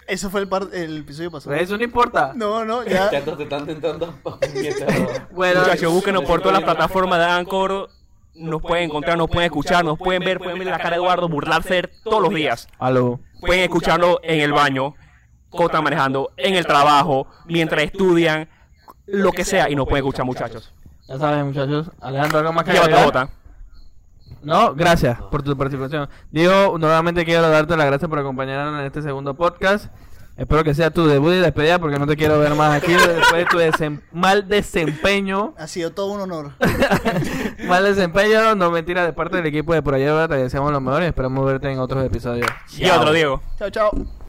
Eso fue el, par- el episodio pasado.
Eso no importa.
No, no,
Te
ya.
están- te están tentando pa' puñetas.
Bueno,
Muchachos, búsquenos por todas las plataformas de Anchor. Nos pueden encontrar, nos pueden escuchar, nos pueden ver, pueden ver la cara de Eduardo burlarse todos los días.
aló.
Pueden escucharlo en el baño, Cota manejando, en el trabajo, mientras estudian, lo que sea, y nos pueden escuchar, muchachos.
Ya saben, muchachos. Alejandro, ¿algo más que
Llévate
agregar?
Jota.
No, gracias por tu participación. Diego, nuevamente quiero darte las gracias por acompañarnos en este segundo podcast. Espero que sea tu debut y despedida porque no te quiero ver más aquí después de tu desem- mal desempeño.
Ha sido todo un honor.
mal desempeño, no mentira, de parte del equipo de Por Ayer, ahora te deseamos lo mejor y esperamos verte en otros episodios.
Y otro, Diego.
chao, chao.